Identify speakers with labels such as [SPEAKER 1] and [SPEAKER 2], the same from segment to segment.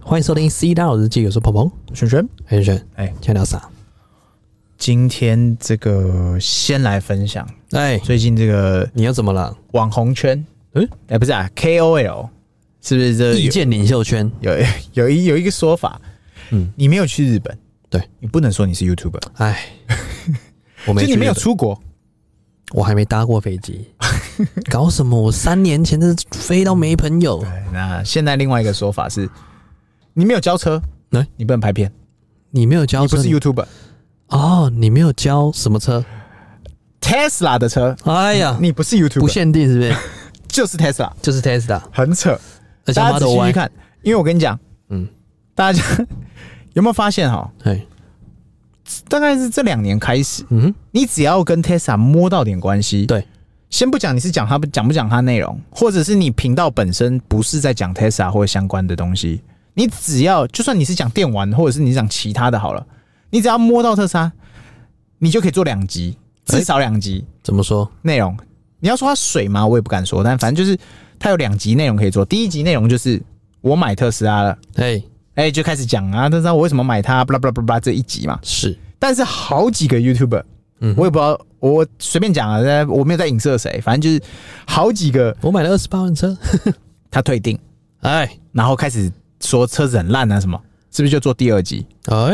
[SPEAKER 1] 欢迎收听《C 大佬日记》，我是鹏鹏，
[SPEAKER 2] 璇璇，
[SPEAKER 1] 轩轩，
[SPEAKER 2] 哎
[SPEAKER 1] 今天聊啥？
[SPEAKER 2] 今天这个先来分享
[SPEAKER 1] 哎、
[SPEAKER 2] 最近这个
[SPEAKER 1] 你又怎么了？
[SPEAKER 2] 网红圈，
[SPEAKER 1] 嗯
[SPEAKER 2] 嗯，哎、不是啊，KOL 是不是这
[SPEAKER 1] 意见领袖圈
[SPEAKER 2] 呃有有有一有一个说法，
[SPEAKER 1] 嗯
[SPEAKER 2] 嗯，你没有去日本，
[SPEAKER 1] 对
[SPEAKER 2] 你不能说你是 YouTuber，
[SPEAKER 1] 哎，我没
[SPEAKER 2] 就
[SPEAKER 1] 去
[SPEAKER 2] 你没有
[SPEAKER 1] 日本
[SPEAKER 2] 出国，
[SPEAKER 1] 我还没搭过飞 机，搞什么？我三年前真是飞到没朋友
[SPEAKER 2] 对。，哎那现在另外一个说法是，你没有交车，
[SPEAKER 1] 哎
[SPEAKER 2] 你不能拍片，
[SPEAKER 1] 你没有交
[SPEAKER 2] 你不
[SPEAKER 1] 车
[SPEAKER 2] 是 YouTuber。
[SPEAKER 1] 哦，你没有交什么车？
[SPEAKER 2] Tesla 的车，
[SPEAKER 1] 哎呀，
[SPEAKER 2] 你不是
[SPEAKER 1] 不
[SPEAKER 2] YouTuber，
[SPEAKER 1] 限定是不 是？
[SPEAKER 2] 就是 Tesla，
[SPEAKER 1] 就是 Tesla，
[SPEAKER 2] 很扯。
[SPEAKER 1] 而且
[SPEAKER 2] 大家仔
[SPEAKER 1] Model
[SPEAKER 2] 细去
[SPEAKER 1] Y，
[SPEAKER 2] 看，因为我跟你讲，
[SPEAKER 1] 嗯，
[SPEAKER 2] 大家 有没有发现哈？
[SPEAKER 1] 哎，
[SPEAKER 2] 大概是这两年开始，
[SPEAKER 1] 嗯哼，
[SPEAKER 2] 你只要跟 Tesla 摸到点关系，
[SPEAKER 1] 对，
[SPEAKER 2] 先不讲你是讲他不讲不讲他内容，或者是你频道本身不是在讲 Tesla 或相关的东西，你只要就算你是讲电玩或者是你讲其他的好了，你只要摸到特斯拉，你就可以做两集，
[SPEAKER 1] 哎
[SPEAKER 2] 至少两集
[SPEAKER 1] 怎么说？
[SPEAKER 2] 内容。你要说它水吗？我也不敢说，但反正就是它有两集内容可以做。第一集内容就是我买特斯拉了，
[SPEAKER 1] 哎，
[SPEAKER 2] 哎、就开始讲啊，特斯拉我为什么买它，巴拉巴拉巴拉这一集嘛。
[SPEAKER 1] 是，
[SPEAKER 2] 但是好几个 YouTuber，
[SPEAKER 1] 嗯
[SPEAKER 2] 我也不知道，我随便讲啊，呃我没有在影射谁，反正就是好几个
[SPEAKER 1] 我买了二十八万车，
[SPEAKER 2] 他退订，
[SPEAKER 1] 哎
[SPEAKER 2] 然后开始说车子很烂啊什么，是不是就做第二集
[SPEAKER 1] 哎，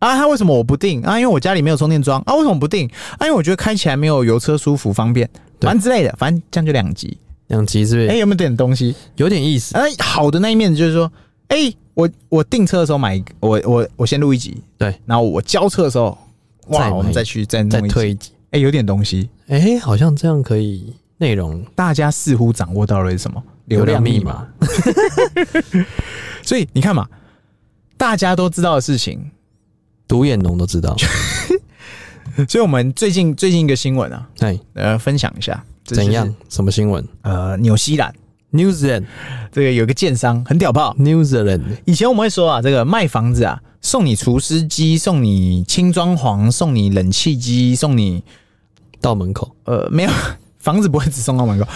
[SPEAKER 2] 啊？他为什么我不订啊？因为我家里没有充电桩啊？为什么不订啊？因为我觉得开起来没有油车舒服方便，
[SPEAKER 1] 对
[SPEAKER 2] 反正之类的，反正这样就两集。
[SPEAKER 1] 两集是不是？
[SPEAKER 2] 哎、有没有点东西？
[SPEAKER 1] 有点意思。
[SPEAKER 2] 哎、好的那一面就是说，哎、我我订车的时候买一个，我我我先录一集，
[SPEAKER 1] 对，
[SPEAKER 2] 然后我交车的时候，
[SPEAKER 1] 再
[SPEAKER 2] 哇，
[SPEAKER 1] 买
[SPEAKER 2] 我们再去再
[SPEAKER 1] 再
[SPEAKER 2] 弄一集，
[SPEAKER 1] 推一集，
[SPEAKER 2] 哎、有点东西。
[SPEAKER 1] 哎、好像这样可以内容
[SPEAKER 2] 大家似乎掌握到了是什么流量密码。，所以你看嘛，大家都知道的事情。
[SPEAKER 1] 独眼龙都知 道。
[SPEAKER 2] 所以我们最近最近一个新闻啊，
[SPEAKER 1] 哎，
[SPEAKER 2] 呃，分享一下。这就是
[SPEAKER 1] 怎样？？什么新闻
[SPEAKER 2] 呃，纽西兰
[SPEAKER 1] ？New Zealand
[SPEAKER 2] 这个有一个建商很屌爆。
[SPEAKER 1] New Zealand
[SPEAKER 2] 以前我们会说啊，这个卖房子啊，送你除湿机，送你轻装潢，送你冷气机，送你
[SPEAKER 1] 到门口
[SPEAKER 2] 呃没有 房子不会只送到门口，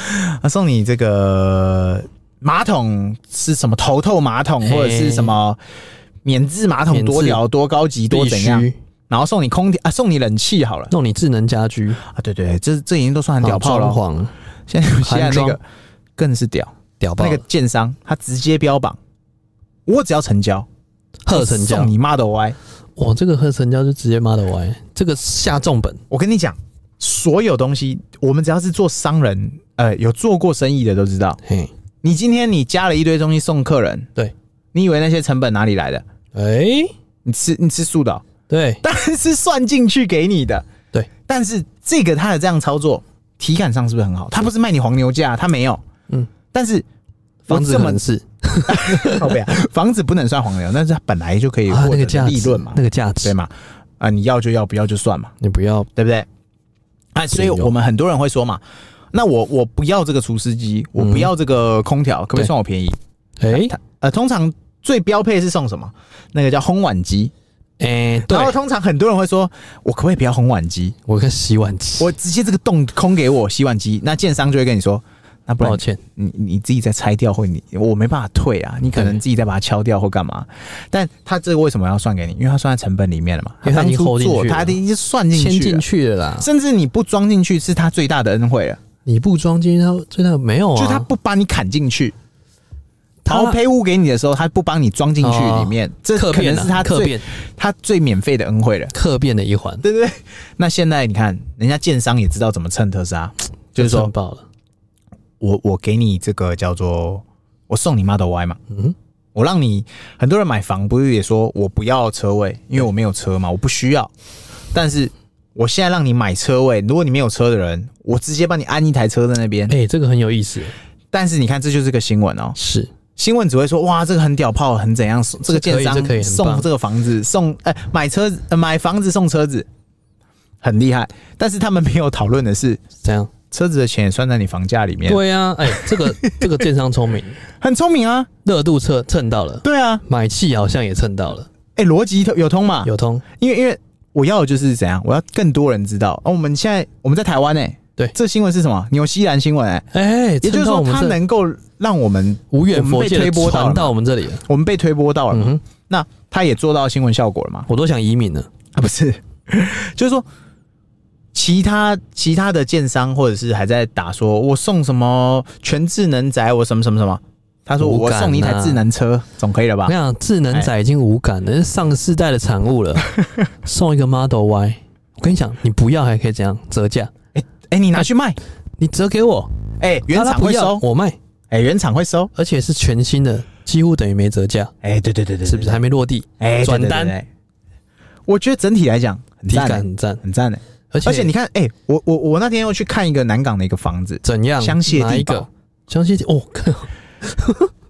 [SPEAKER 2] 啊，送你这个马桶是什么头透马桶，
[SPEAKER 1] 哎
[SPEAKER 2] 或者是什么免治马桶
[SPEAKER 1] 免治
[SPEAKER 2] 多屌多高级多
[SPEAKER 1] 必
[SPEAKER 2] 怎样，
[SPEAKER 1] 须
[SPEAKER 2] 然后送你空调啊，送你冷气好了
[SPEAKER 1] 弄你智能家居，
[SPEAKER 2] 啊，对对对，这这已经都算很屌炮了
[SPEAKER 1] 装
[SPEAKER 2] 哦。
[SPEAKER 1] 潢
[SPEAKER 2] 现 在现在那
[SPEAKER 1] 装
[SPEAKER 2] 个更是屌，
[SPEAKER 1] 屌爆
[SPEAKER 2] 那个
[SPEAKER 1] 了，
[SPEAKER 2] 建商他直接标榜，我只要成交，
[SPEAKER 1] 贺成交
[SPEAKER 2] 送，你妈的 Y！
[SPEAKER 1] 哇，这个贺成交就直接 Model Y，这个下重本，
[SPEAKER 2] 我跟你讲，所有东西我们只要是做商人，呃，有做过生意的都知道，
[SPEAKER 1] 嘿，
[SPEAKER 2] 你今天你加了一堆东西送客人，
[SPEAKER 1] 对，
[SPEAKER 2] 你以为那些成本哪里来的？
[SPEAKER 1] 哎、
[SPEAKER 2] 你吃你吃素的哦、
[SPEAKER 1] 对，
[SPEAKER 2] 当然是算进去给你的。
[SPEAKER 1] 对，
[SPEAKER 2] 但是这个他的这样操作，体感上是不是很好？他不是卖你黄牛价，他没有。
[SPEAKER 1] 嗯，
[SPEAKER 2] 但是
[SPEAKER 1] 房子
[SPEAKER 2] 我这
[SPEAKER 1] 可
[SPEAKER 2] 么
[SPEAKER 1] 能是
[SPEAKER 2] 靠背啊， 房子不能算黄牛，但是它本来就可以
[SPEAKER 1] 啊，
[SPEAKER 2] 获
[SPEAKER 1] 那
[SPEAKER 2] 得
[SPEAKER 1] 个价
[SPEAKER 2] 的
[SPEAKER 1] 值
[SPEAKER 2] 利润嘛，
[SPEAKER 1] 那个价
[SPEAKER 2] 对
[SPEAKER 1] 值，
[SPEAKER 2] 嘛？啊，你要就要，不要就算嘛，
[SPEAKER 1] 你不要
[SPEAKER 2] 对不对？啊，所以
[SPEAKER 1] 对有
[SPEAKER 2] 我们很多人会说嘛，那我我不要这个除湿机，
[SPEAKER 1] 嗯
[SPEAKER 2] 我不要这个空调，可不可以
[SPEAKER 1] 对
[SPEAKER 2] 算我便宜？
[SPEAKER 1] 哎
[SPEAKER 2] 呃，通常最标配是送什么？那个叫烘碗机。
[SPEAKER 1] 哎、对
[SPEAKER 2] 然，后通常很多人会说，我可不可以不要烘碗机？
[SPEAKER 1] 我看洗碗机，
[SPEAKER 2] 我直接这个洞空给我洗碗机，那建商就会跟你说，那不然
[SPEAKER 1] 抱歉，
[SPEAKER 2] 你你自己再拆掉，或你我没办法退啊，你可能
[SPEAKER 1] 对
[SPEAKER 2] 自己再把它敲掉或干嘛。但他这个为什么要算给你？因为他算在成本里面了嘛，
[SPEAKER 1] 因为他已经
[SPEAKER 2] 当初
[SPEAKER 1] hold 进去
[SPEAKER 2] 做
[SPEAKER 1] 了
[SPEAKER 2] 他已经算进
[SPEAKER 1] 签
[SPEAKER 2] 去
[SPEAKER 1] 进
[SPEAKER 2] 了，
[SPEAKER 1] 去了啦，
[SPEAKER 2] 甚至你不装进去是他最大的恩惠了，
[SPEAKER 1] 你不装进去，他最大没有啊，
[SPEAKER 2] 就他不把你砍进去。
[SPEAKER 1] 他
[SPEAKER 2] 淘赔物给你的时候，他不帮你装进去里面，这
[SPEAKER 1] 客
[SPEAKER 2] 可
[SPEAKER 1] 变
[SPEAKER 2] 能
[SPEAKER 1] 啊
[SPEAKER 2] 是他
[SPEAKER 1] 客
[SPEAKER 2] 最
[SPEAKER 1] 变
[SPEAKER 2] 他最免费的恩惠了，
[SPEAKER 1] 客变的一环，
[SPEAKER 2] 对不对？那现在你看，人家建商也知道怎么蹭特斯拉，就是说
[SPEAKER 1] 蹭爆了，
[SPEAKER 2] 我我给你这个叫做我送你 Model Y 嘛，
[SPEAKER 1] 嗯，
[SPEAKER 2] 我让你很多人买房不是也说我不要车位，因为我没有车嘛，我不需要。但是我现在让你买车位，如果你没有车的人，我直接帮你安一台车在那边。
[SPEAKER 1] 哎、这个很有意思，
[SPEAKER 2] 但是你看，这就是个新闻哦，
[SPEAKER 1] 是
[SPEAKER 2] 新闻只会说哇，这个很屌炮，很怎样，送这个
[SPEAKER 1] 这可
[SPEAKER 2] 建
[SPEAKER 1] 以
[SPEAKER 2] 商
[SPEAKER 1] 这可以很棒
[SPEAKER 2] 送这个房子送，哎、买车、呃、买房子送车子，很厉害。但是他们没有讨论的是，
[SPEAKER 1] 这样，
[SPEAKER 2] 车子的钱也算在你房价里面，
[SPEAKER 1] 对呀、啊，哎、这 个这个建商聪明，
[SPEAKER 2] 很聪明啊，
[SPEAKER 1] 热度蹭蹭到了，
[SPEAKER 2] 对啊，
[SPEAKER 1] 买气好像也蹭到了，
[SPEAKER 2] 哎、逻辑有通嘛？
[SPEAKER 1] 有通，
[SPEAKER 2] 因为因为我要的就是怎样，我要更多人知道。哦，我们现在我们在台湾哎、
[SPEAKER 1] 对
[SPEAKER 2] 这新闻是什么？纽西兰新闻哎、
[SPEAKER 1] 哎、
[SPEAKER 2] 也就
[SPEAKER 1] 蹭
[SPEAKER 2] 是
[SPEAKER 1] 到
[SPEAKER 2] 说
[SPEAKER 1] 我们
[SPEAKER 2] 它
[SPEAKER 1] 这
[SPEAKER 2] 能够让我们
[SPEAKER 1] 无远
[SPEAKER 2] 我们
[SPEAKER 1] 佛
[SPEAKER 2] 被
[SPEAKER 1] 界
[SPEAKER 2] 推
[SPEAKER 1] 的
[SPEAKER 2] 波到了
[SPEAKER 1] 传
[SPEAKER 2] 嘛
[SPEAKER 1] 到我们这里了。
[SPEAKER 2] 我们被推波到
[SPEAKER 1] 嗯
[SPEAKER 2] 了嘛，
[SPEAKER 1] 哼，
[SPEAKER 2] 那他也做到新闻效果了嘛？
[SPEAKER 1] 我都想移民了。
[SPEAKER 2] 啊，不是， 就是说其他其他的建商或者是还在打说，我送什么全智能宅，我什么什么什么，他说
[SPEAKER 1] 无
[SPEAKER 2] 我
[SPEAKER 1] 感
[SPEAKER 2] 送你一台
[SPEAKER 1] 啊
[SPEAKER 2] 智能车，总可以了
[SPEAKER 1] 我
[SPEAKER 2] 吧
[SPEAKER 1] 跟你？讲，智能仔已经无感了，是上世代的产 物了。送一个 Model Y，我跟你讲，你不要还可以怎样折价？
[SPEAKER 2] 哎、你拿去卖，
[SPEAKER 1] 你折给我，
[SPEAKER 2] 哎、原
[SPEAKER 1] 啊
[SPEAKER 2] 厂
[SPEAKER 1] 他不
[SPEAKER 2] 会
[SPEAKER 1] 要
[SPEAKER 2] 收，
[SPEAKER 1] 我卖，
[SPEAKER 2] 哎、原厂会收，
[SPEAKER 1] 而且是全新的，几乎等于没折价，
[SPEAKER 2] 哎、对对对对对，
[SPEAKER 1] 是不是？还没落地，
[SPEAKER 2] 哎，
[SPEAKER 1] 转
[SPEAKER 2] 对对对
[SPEAKER 1] 单
[SPEAKER 2] 对对我觉得整体来讲很
[SPEAKER 1] 体
[SPEAKER 2] 赞、
[SPEAKER 1] 感
[SPEAKER 2] 欸，
[SPEAKER 1] 很赞。
[SPEAKER 2] 很赞的、
[SPEAKER 1] 而且
[SPEAKER 2] 而且你看，哎、我我我那天又去看一个南港的一个房子，
[SPEAKER 1] 怎样？
[SPEAKER 2] 香榭
[SPEAKER 1] 哪
[SPEAKER 2] 地
[SPEAKER 1] 一
[SPEAKER 2] 堡
[SPEAKER 1] 个？香榭地哦，靠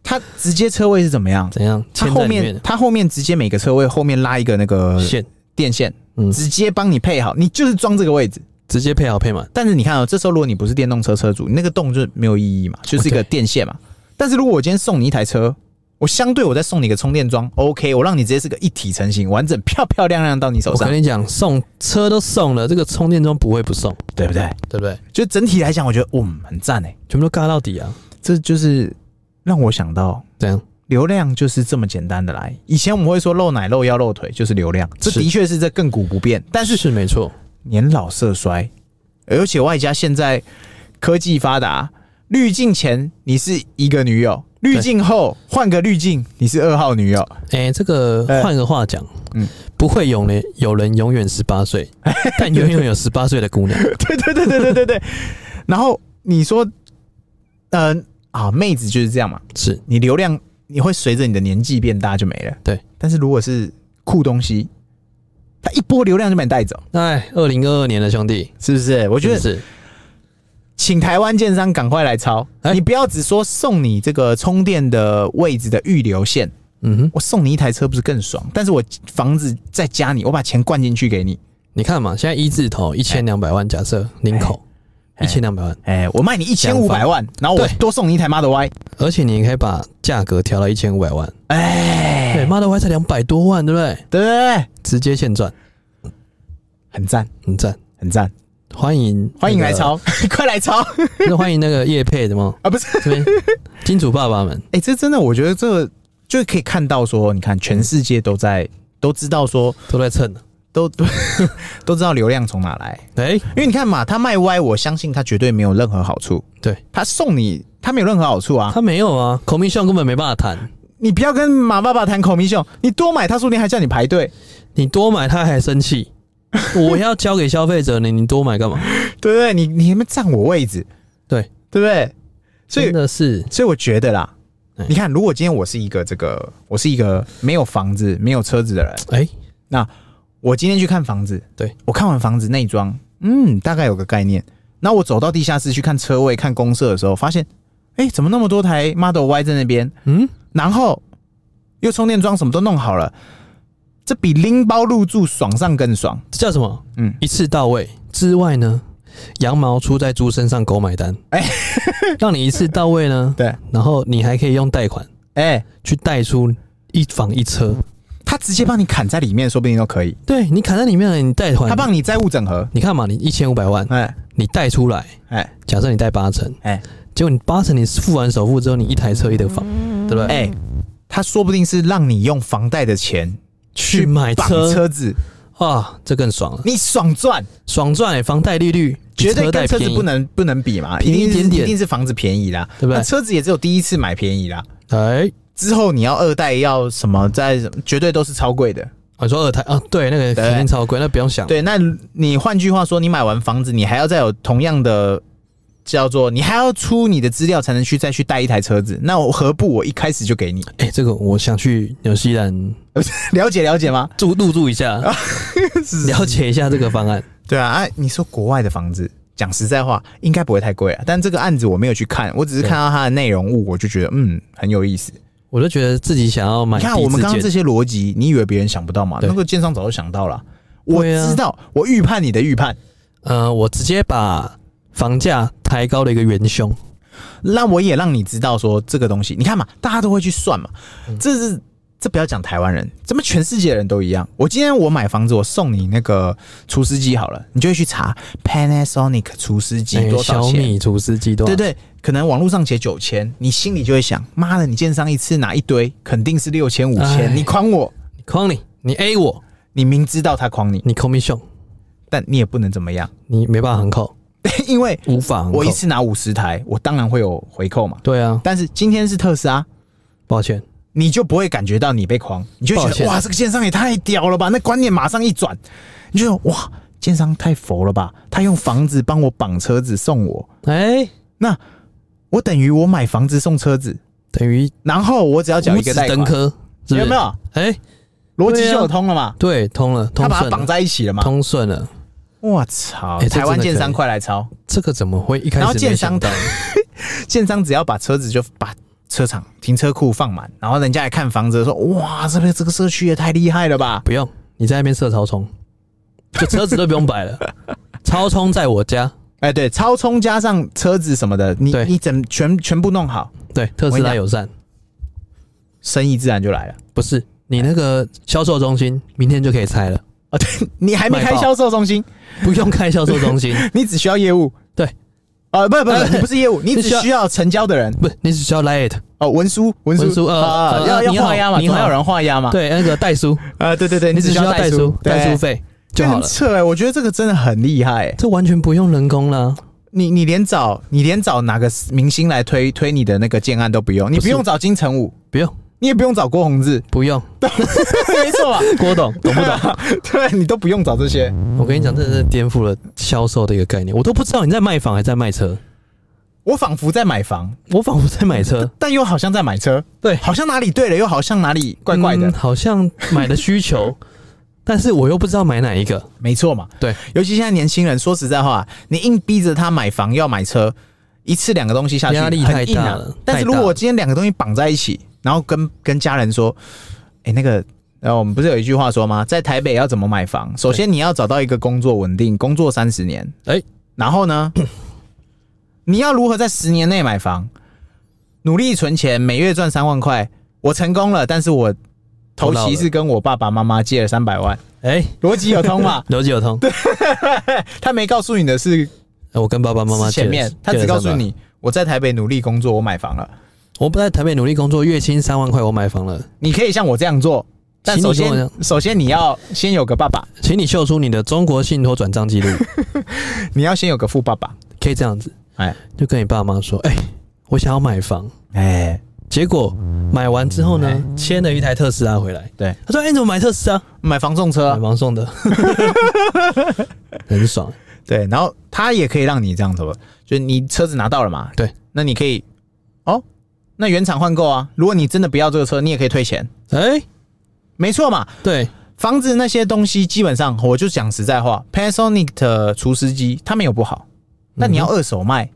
[SPEAKER 2] 它直接车位是怎么样？
[SPEAKER 1] 怎样？
[SPEAKER 2] 它
[SPEAKER 1] 嵌
[SPEAKER 2] 后
[SPEAKER 1] 在里面
[SPEAKER 2] 面
[SPEAKER 1] 的
[SPEAKER 2] 它后面直接每个车位后面拉一个那个
[SPEAKER 1] 线，
[SPEAKER 2] 电线，
[SPEAKER 1] 嗯，
[SPEAKER 2] 直接帮你配好，你就是装这个位置。
[SPEAKER 1] 直接配好配满。
[SPEAKER 2] 但是你看哦，这时候如果你不是电动车车主，你那个洞就没有意义嘛，就是一个
[SPEAKER 1] 哦对
[SPEAKER 2] 电线嘛。但是如果我今天送你一台车，我相对我再送你一个充电桩，OK，我让你直接是个一体成型，完整漂漂亮亮到你手
[SPEAKER 1] 我
[SPEAKER 2] 上
[SPEAKER 1] 跟，你讲，送车都送了，这个充电桩不会不送，
[SPEAKER 2] 对不对？
[SPEAKER 1] 对不对？
[SPEAKER 2] 就整体来讲，我觉得嗯很赞哎，
[SPEAKER 1] 全部都尬到底啊！
[SPEAKER 2] 这就是让我想到
[SPEAKER 1] 怎样？
[SPEAKER 2] 流量就是这么简单的来。以前我们会说露奶、露腰、露腿就是流量，这
[SPEAKER 1] 是
[SPEAKER 2] 的确是这亘古不变。但是
[SPEAKER 1] 是没错，
[SPEAKER 2] 年老色衰，而且外加现在科技发达，滤镜前你是一个女友，滤镜后换个滤镜你是二号女友。
[SPEAKER 1] 哎、这个
[SPEAKER 2] 哎
[SPEAKER 1] 换个话讲，
[SPEAKER 2] 嗯
[SPEAKER 1] 嗯，不会有人有人永远十八 岁，但永远有十八岁的姑娘。
[SPEAKER 2] 对 对对对对对对。然后你说，嗯、啊，妹子就是这样嘛，
[SPEAKER 1] 是
[SPEAKER 2] 你流量你会随着你的年纪变大就没了。
[SPEAKER 1] 对，
[SPEAKER 2] 但是如果是酷东西，它一波流量就把你带走，
[SPEAKER 1] 哎，二零二二年的兄弟，
[SPEAKER 2] 是不是？我
[SPEAKER 1] 我
[SPEAKER 2] 觉得
[SPEAKER 1] 是
[SPEAKER 2] 请台湾建商赶快来抄，
[SPEAKER 1] 哎
[SPEAKER 2] 你不要只说送你这个充电的位置的预留线，
[SPEAKER 1] 嗯哼，
[SPEAKER 2] 我送你一台车不是更爽？但是我房子在家里，我把钱灌进去给你，
[SPEAKER 1] 你看嘛，现在一字头一千两百万，假设林口
[SPEAKER 2] 哎
[SPEAKER 1] 一千两百万，
[SPEAKER 2] 哎、我卖你一千五百万，然后我
[SPEAKER 1] 对
[SPEAKER 2] 多送你一台 Model Y，
[SPEAKER 1] 而且你也可以把价格调到一千五百万，
[SPEAKER 2] 哎、
[SPEAKER 1] 对，妈的，我还才两百多万，对不对？
[SPEAKER 2] 对不对？
[SPEAKER 1] 直接现赚，
[SPEAKER 2] 很赞，
[SPEAKER 1] 很赞，
[SPEAKER 2] 很赞，
[SPEAKER 1] 欢迎
[SPEAKER 2] 欢迎
[SPEAKER 1] 那个
[SPEAKER 2] 来，抄， 快来抄
[SPEAKER 1] 那欢迎那个叶配的吗？
[SPEAKER 2] 啊！不是，
[SPEAKER 1] 这边金主爸爸们，
[SPEAKER 2] 哎、这真的，我觉得这个就可以看到说，你看全世界都在都知道说，
[SPEAKER 1] 都在 蹭呢。
[SPEAKER 2] 都都都知道流量从哪来，
[SPEAKER 1] 哎、
[SPEAKER 2] 因为你看嘛，他卖歪，我相信他绝对没有任何好处。
[SPEAKER 1] 对
[SPEAKER 2] 他送你，他没有任何好处啊！
[SPEAKER 1] 他没有啊，孔明秀根本没办法谈。
[SPEAKER 2] 你不要跟马爸爸谈口蜜秀，你多买，他说不定还叫你排队。
[SPEAKER 1] 你多买他还生 气，我要交给消费者呢，你多买干嘛？
[SPEAKER 2] 对不对？你你们占我位置，
[SPEAKER 1] 对
[SPEAKER 2] 对不对？所以
[SPEAKER 1] 真的是
[SPEAKER 2] 所以我觉得啦，
[SPEAKER 1] 嗯
[SPEAKER 2] 你看，如果今天我是一个这个，我是一个没有房子、没有车子的人，
[SPEAKER 1] 哎、
[SPEAKER 2] 那我今天去看房子，
[SPEAKER 1] 对
[SPEAKER 2] 我看完房子内装，嗯，大概有个概念。那我走到地下室去看车位、看公社的时候，发现，哎、怎么那么多台 Model Y 在那边？
[SPEAKER 1] 嗯，
[SPEAKER 2] 然后又充电桩什么都弄好了，这比拎包入住爽上更爽。
[SPEAKER 1] 这叫什么？
[SPEAKER 2] 嗯
[SPEAKER 1] 嗯，一次到位之外呢，羊毛出在猪身上，狗买单。哎、 让你一次到位呢，
[SPEAKER 2] 对，
[SPEAKER 1] 然后你还可以用贷款
[SPEAKER 2] 哎、
[SPEAKER 1] 去贷出一房一车。
[SPEAKER 2] 他直接帮你砍在里面，说不定都可以。
[SPEAKER 1] 对你砍在里面了，你贷款，
[SPEAKER 2] 他帮你债务整合，
[SPEAKER 1] 你看嘛，你一千五百万，
[SPEAKER 2] 哎
[SPEAKER 1] 你贷出来，
[SPEAKER 2] 哎
[SPEAKER 1] 假设你贷八成，
[SPEAKER 2] 哎
[SPEAKER 1] 结果你八成你付完首付之后，你一台车一个房，对不对？
[SPEAKER 2] 哎，他说不定是让你用房贷的钱
[SPEAKER 1] 去买
[SPEAKER 2] 绑
[SPEAKER 1] 车
[SPEAKER 2] 车子，
[SPEAKER 1] 啊，这更爽了，
[SPEAKER 2] 你爽赚，
[SPEAKER 1] 爽赚、欸！房贷利率比
[SPEAKER 2] 绝对
[SPEAKER 1] 车
[SPEAKER 2] 跟
[SPEAKER 1] 贷
[SPEAKER 2] 车子
[SPEAKER 1] 便宜
[SPEAKER 2] 不能不能比嘛，一
[SPEAKER 1] 便宜一
[SPEAKER 2] 定是
[SPEAKER 1] 点点
[SPEAKER 2] 一定是房子便宜啦，
[SPEAKER 1] 对不对
[SPEAKER 2] 那车子也只有第一次买便宜啦，
[SPEAKER 1] 哎，
[SPEAKER 2] 之后你要二代要什么在绝对都是超贵的。
[SPEAKER 1] 我、你说二胎啊，对，那个
[SPEAKER 2] 对
[SPEAKER 1] 肯定超贵，那不用想。
[SPEAKER 2] 对，那你换句话说，你买完房子，你还要再有同样的叫做你还要出你的资料才能去再去贷一台车子，那我何不我一开始就给你？
[SPEAKER 1] 哎、这个我想去纽西兰
[SPEAKER 2] 了解了解吗？
[SPEAKER 1] 住入住一下， 了解一下这个方案。
[SPEAKER 2] 对啊，啊，你说国外的房子，讲实在话，应该不会太贵啊。但这个案子我没有去看，我只是看到它的内容物，我就觉得嗯很有意思。
[SPEAKER 1] 我就觉得自己想要买
[SPEAKER 2] 你
[SPEAKER 1] 地
[SPEAKER 2] 看我们刚刚这
[SPEAKER 1] 自建
[SPEAKER 2] 些逻辑，你以为别人想不到吗？
[SPEAKER 1] 对
[SPEAKER 2] 那个建商早就想到了。我
[SPEAKER 1] 对啊
[SPEAKER 2] 知道，我预判你的预判，
[SPEAKER 1] 呃，我直接把房价抬高了一个元凶。嗯
[SPEAKER 2] 那我也让你知道说这个东西，你看嘛，大家都会去算嘛，这是这不要讲台湾人，怎么全世界人都一样？我今天我买房子，我送你那个除湿机好了，你就会去查 Panasonic 除湿机
[SPEAKER 1] 哎
[SPEAKER 2] 多少
[SPEAKER 1] 小
[SPEAKER 2] 钱？
[SPEAKER 1] 米厨师机多少？
[SPEAKER 2] 对对，可能网络上写九千，你心里就会想，妈的，你建商一次拿一堆，肯定是六千五
[SPEAKER 1] 哎
[SPEAKER 2] 千，你诓我，
[SPEAKER 1] 你诓你，你 A 我，
[SPEAKER 2] 你明知道他诓你，
[SPEAKER 1] 你扣 o 凶，
[SPEAKER 2] 但你也不能怎么样，
[SPEAKER 1] 你没办法横扣，
[SPEAKER 2] 因为
[SPEAKER 1] 无法横扣。
[SPEAKER 2] 我一次拿五十台，我当然会有回扣嘛。
[SPEAKER 1] 对啊，
[SPEAKER 2] 但是今天是特斯拉，
[SPEAKER 1] 抱歉，
[SPEAKER 2] 你就不会感觉到你被诓，你就会
[SPEAKER 1] 抱
[SPEAKER 2] 觉得
[SPEAKER 1] 歉
[SPEAKER 2] 哇，这个建商也太屌了吧！那观念马上一转，你就觉得哇，建商太佛了吧！他用房子帮我绑车子送我，
[SPEAKER 1] 哎、
[SPEAKER 2] 那我等于我买房子送车子，
[SPEAKER 1] 等于
[SPEAKER 2] 然后我只要缴
[SPEAKER 1] 五
[SPEAKER 2] 一个
[SPEAKER 1] 指
[SPEAKER 2] 贷款
[SPEAKER 1] 登，科，是不是
[SPEAKER 2] 有没？有
[SPEAKER 1] 哎、
[SPEAKER 2] 逻辑
[SPEAKER 1] 对啊
[SPEAKER 2] 就有通了嘛？
[SPEAKER 1] 对，通了，通
[SPEAKER 2] 他把它
[SPEAKER 1] 顺
[SPEAKER 2] 绑
[SPEAKER 1] 了，
[SPEAKER 2] 在一起了嘛？
[SPEAKER 1] 通顺了。
[SPEAKER 2] 我操！
[SPEAKER 1] 哎这
[SPEAKER 2] 台湾
[SPEAKER 1] 真的
[SPEAKER 2] 建
[SPEAKER 1] 可
[SPEAKER 2] 商
[SPEAKER 1] 以
[SPEAKER 2] 快来抄！
[SPEAKER 1] 这个怎么会一开
[SPEAKER 2] 然后
[SPEAKER 1] 始
[SPEAKER 2] 建
[SPEAKER 1] 没
[SPEAKER 2] 商
[SPEAKER 1] 想到？
[SPEAKER 2] 建商只要把车子就把车场停车库放满，然后人家来看房子说：“哇，这边这个社区也太厉害了吧
[SPEAKER 1] 不用，你在那边设超充，就车子都不用摆 了，超充在我家。！”
[SPEAKER 2] 哎，对，超充加上车子什么的，你
[SPEAKER 1] 对
[SPEAKER 2] 你整全全部弄好，
[SPEAKER 1] 对，特斯拉友善，
[SPEAKER 2] 生意自然就来了。
[SPEAKER 1] 不是你那个销售中心，明天就可以拆了，
[SPEAKER 2] 啊，对你还没
[SPEAKER 1] 卖
[SPEAKER 2] 开
[SPEAKER 1] 爆
[SPEAKER 2] 销售中心，
[SPEAKER 1] 不用开销售中心，
[SPEAKER 2] 你只需要业务。
[SPEAKER 1] 对，
[SPEAKER 2] 啊，不不
[SPEAKER 1] 呃
[SPEAKER 2] 不，你不是业务，你只
[SPEAKER 1] 需要
[SPEAKER 2] 需要成交的人
[SPEAKER 1] 不，你只需要 Lite，
[SPEAKER 2] 哦，文书文
[SPEAKER 1] 文书呃
[SPEAKER 2] 啊，
[SPEAKER 1] 呃
[SPEAKER 2] 要
[SPEAKER 1] 你
[SPEAKER 2] 要
[SPEAKER 1] 好
[SPEAKER 2] 画押嘛，
[SPEAKER 1] 你好
[SPEAKER 2] 总要有人画押嘛。
[SPEAKER 1] 对，那个代书，
[SPEAKER 2] 啊，对对对，
[SPEAKER 1] 你只需要代
[SPEAKER 2] 书
[SPEAKER 1] 书，代书
[SPEAKER 2] 对
[SPEAKER 1] 费就
[SPEAKER 2] 这
[SPEAKER 1] 好
[SPEAKER 2] 很
[SPEAKER 1] 了，
[SPEAKER 2] 扯哎，我觉得这个真的很厉害欸。
[SPEAKER 1] 这完全不用人工啦。
[SPEAKER 2] 你你连找你连找哪个明星来推推你的那个建案都不用，你
[SPEAKER 1] 不
[SPEAKER 2] 不
[SPEAKER 1] 是
[SPEAKER 2] 用找金城武，
[SPEAKER 1] 不用，
[SPEAKER 2] 你也不用找郭宏志，
[SPEAKER 1] 不用，
[SPEAKER 2] 没错吧？
[SPEAKER 1] 郭董 懂不懂？
[SPEAKER 2] 对，你都不用找这些。
[SPEAKER 1] 我跟你讲，这真的是颠覆了销售的一个概念，我都不知道你在卖房还是在卖车，
[SPEAKER 2] 我仿佛在买房，
[SPEAKER 1] 我仿佛在买车，
[SPEAKER 2] 但又好像在买车，
[SPEAKER 1] 对，
[SPEAKER 2] 好像哪里对了，又好像哪里怪怪的。
[SPEAKER 1] 嗯好像买的需 求，但是我又不知道买哪一个，
[SPEAKER 2] 没错嘛，
[SPEAKER 1] 对，
[SPEAKER 2] 尤其现在年轻人，说实在话，你硬逼着他买房要买车，一次两个东西下去，
[SPEAKER 1] 压力
[SPEAKER 2] 很
[SPEAKER 1] 太
[SPEAKER 2] 硬
[SPEAKER 1] 大
[SPEAKER 2] 啊
[SPEAKER 1] 了
[SPEAKER 2] 但是
[SPEAKER 1] 太
[SPEAKER 2] 如
[SPEAKER 1] 大
[SPEAKER 2] 果我
[SPEAKER 1] 了
[SPEAKER 2] 今天两个东西绑在一起，然后跟跟家人说，哎、那个。然后我们不是有一句话说吗？在台北要怎么买房？首先你要找到一个工作稳定，工作三十年。
[SPEAKER 1] 哎
[SPEAKER 2] 然后 呢，你要如何在十年内买房？努力存钱，每月赚三万块。我成功了，但是我头
[SPEAKER 1] 头到
[SPEAKER 2] 期
[SPEAKER 1] 了
[SPEAKER 2] 是跟我爸爸妈妈借了三百万，
[SPEAKER 1] 哎、
[SPEAKER 2] 逻辑有 通 嘛？
[SPEAKER 1] 逻辑有通。对，哎
[SPEAKER 2] 他没告诉你的是
[SPEAKER 1] 我跟爸爸妈妈借
[SPEAKER 2] 前
[SPEAKER 1] 了
[SPEAKER 2] 面，他
[SPEAKER 1] 借了
[SPEAKER 2] 只告诉
[SPEAKER 1] 300
[SPEAKER 2] 你我在台北努力工作，我买房了。
[SPEAKER 1] 我不在台北努力工作，月薪三万块，我买房了，
[SPEAKER 2] 你可以像我这样做，但
[SPEAKER 1] 请
[SPEAKER 2] 首
[SPEAKER 1] 你跟我
[SPEAKER 2] 先首先你要先有个爸爸，
[SPEAKER 1] 请你秀出你的中国信托转账 记录，
[SPEAKER 2] 你要先有个富爸爸。
[SPEAKER 1] 可以这样子，
[SPEAKER 2] 哎
[SPEAKER 1] 就跟你爸妈说，哎、我想要买房，
[SPEAKER 2] 哎，
[SPEAKER 1] 结果买完之后呢，签了一台特斯拉回来，
[SPEAKER 2] 对，
[SPEAKER 1] 他说，哎、你怎么买特斯拉？
[SPEAKER 2] 买房送车
[SPEAKER 1] 买
[SPEAKER 2] 啊，
[SPEAKER 1] 房送 的，很爽，
[SPEAKER 2] 对，然后他也可以让你这样子，就是你车子拿到了嘛，
[SPEAKER 1] 对，
[SPEAKER 2] 那你可以哦，那原厂换购啊。如果你真的不要这个车，你也可以退钱，
[SPEAKER 1] 哎、
[SPEAKER 2] 没错嘛。
[SPEAKER 1] 对，
[SPEAKER 2] 房子那些东西，基本上我就讲实在话，Panasonic 的除湿机它没有不好，那你要二手卖，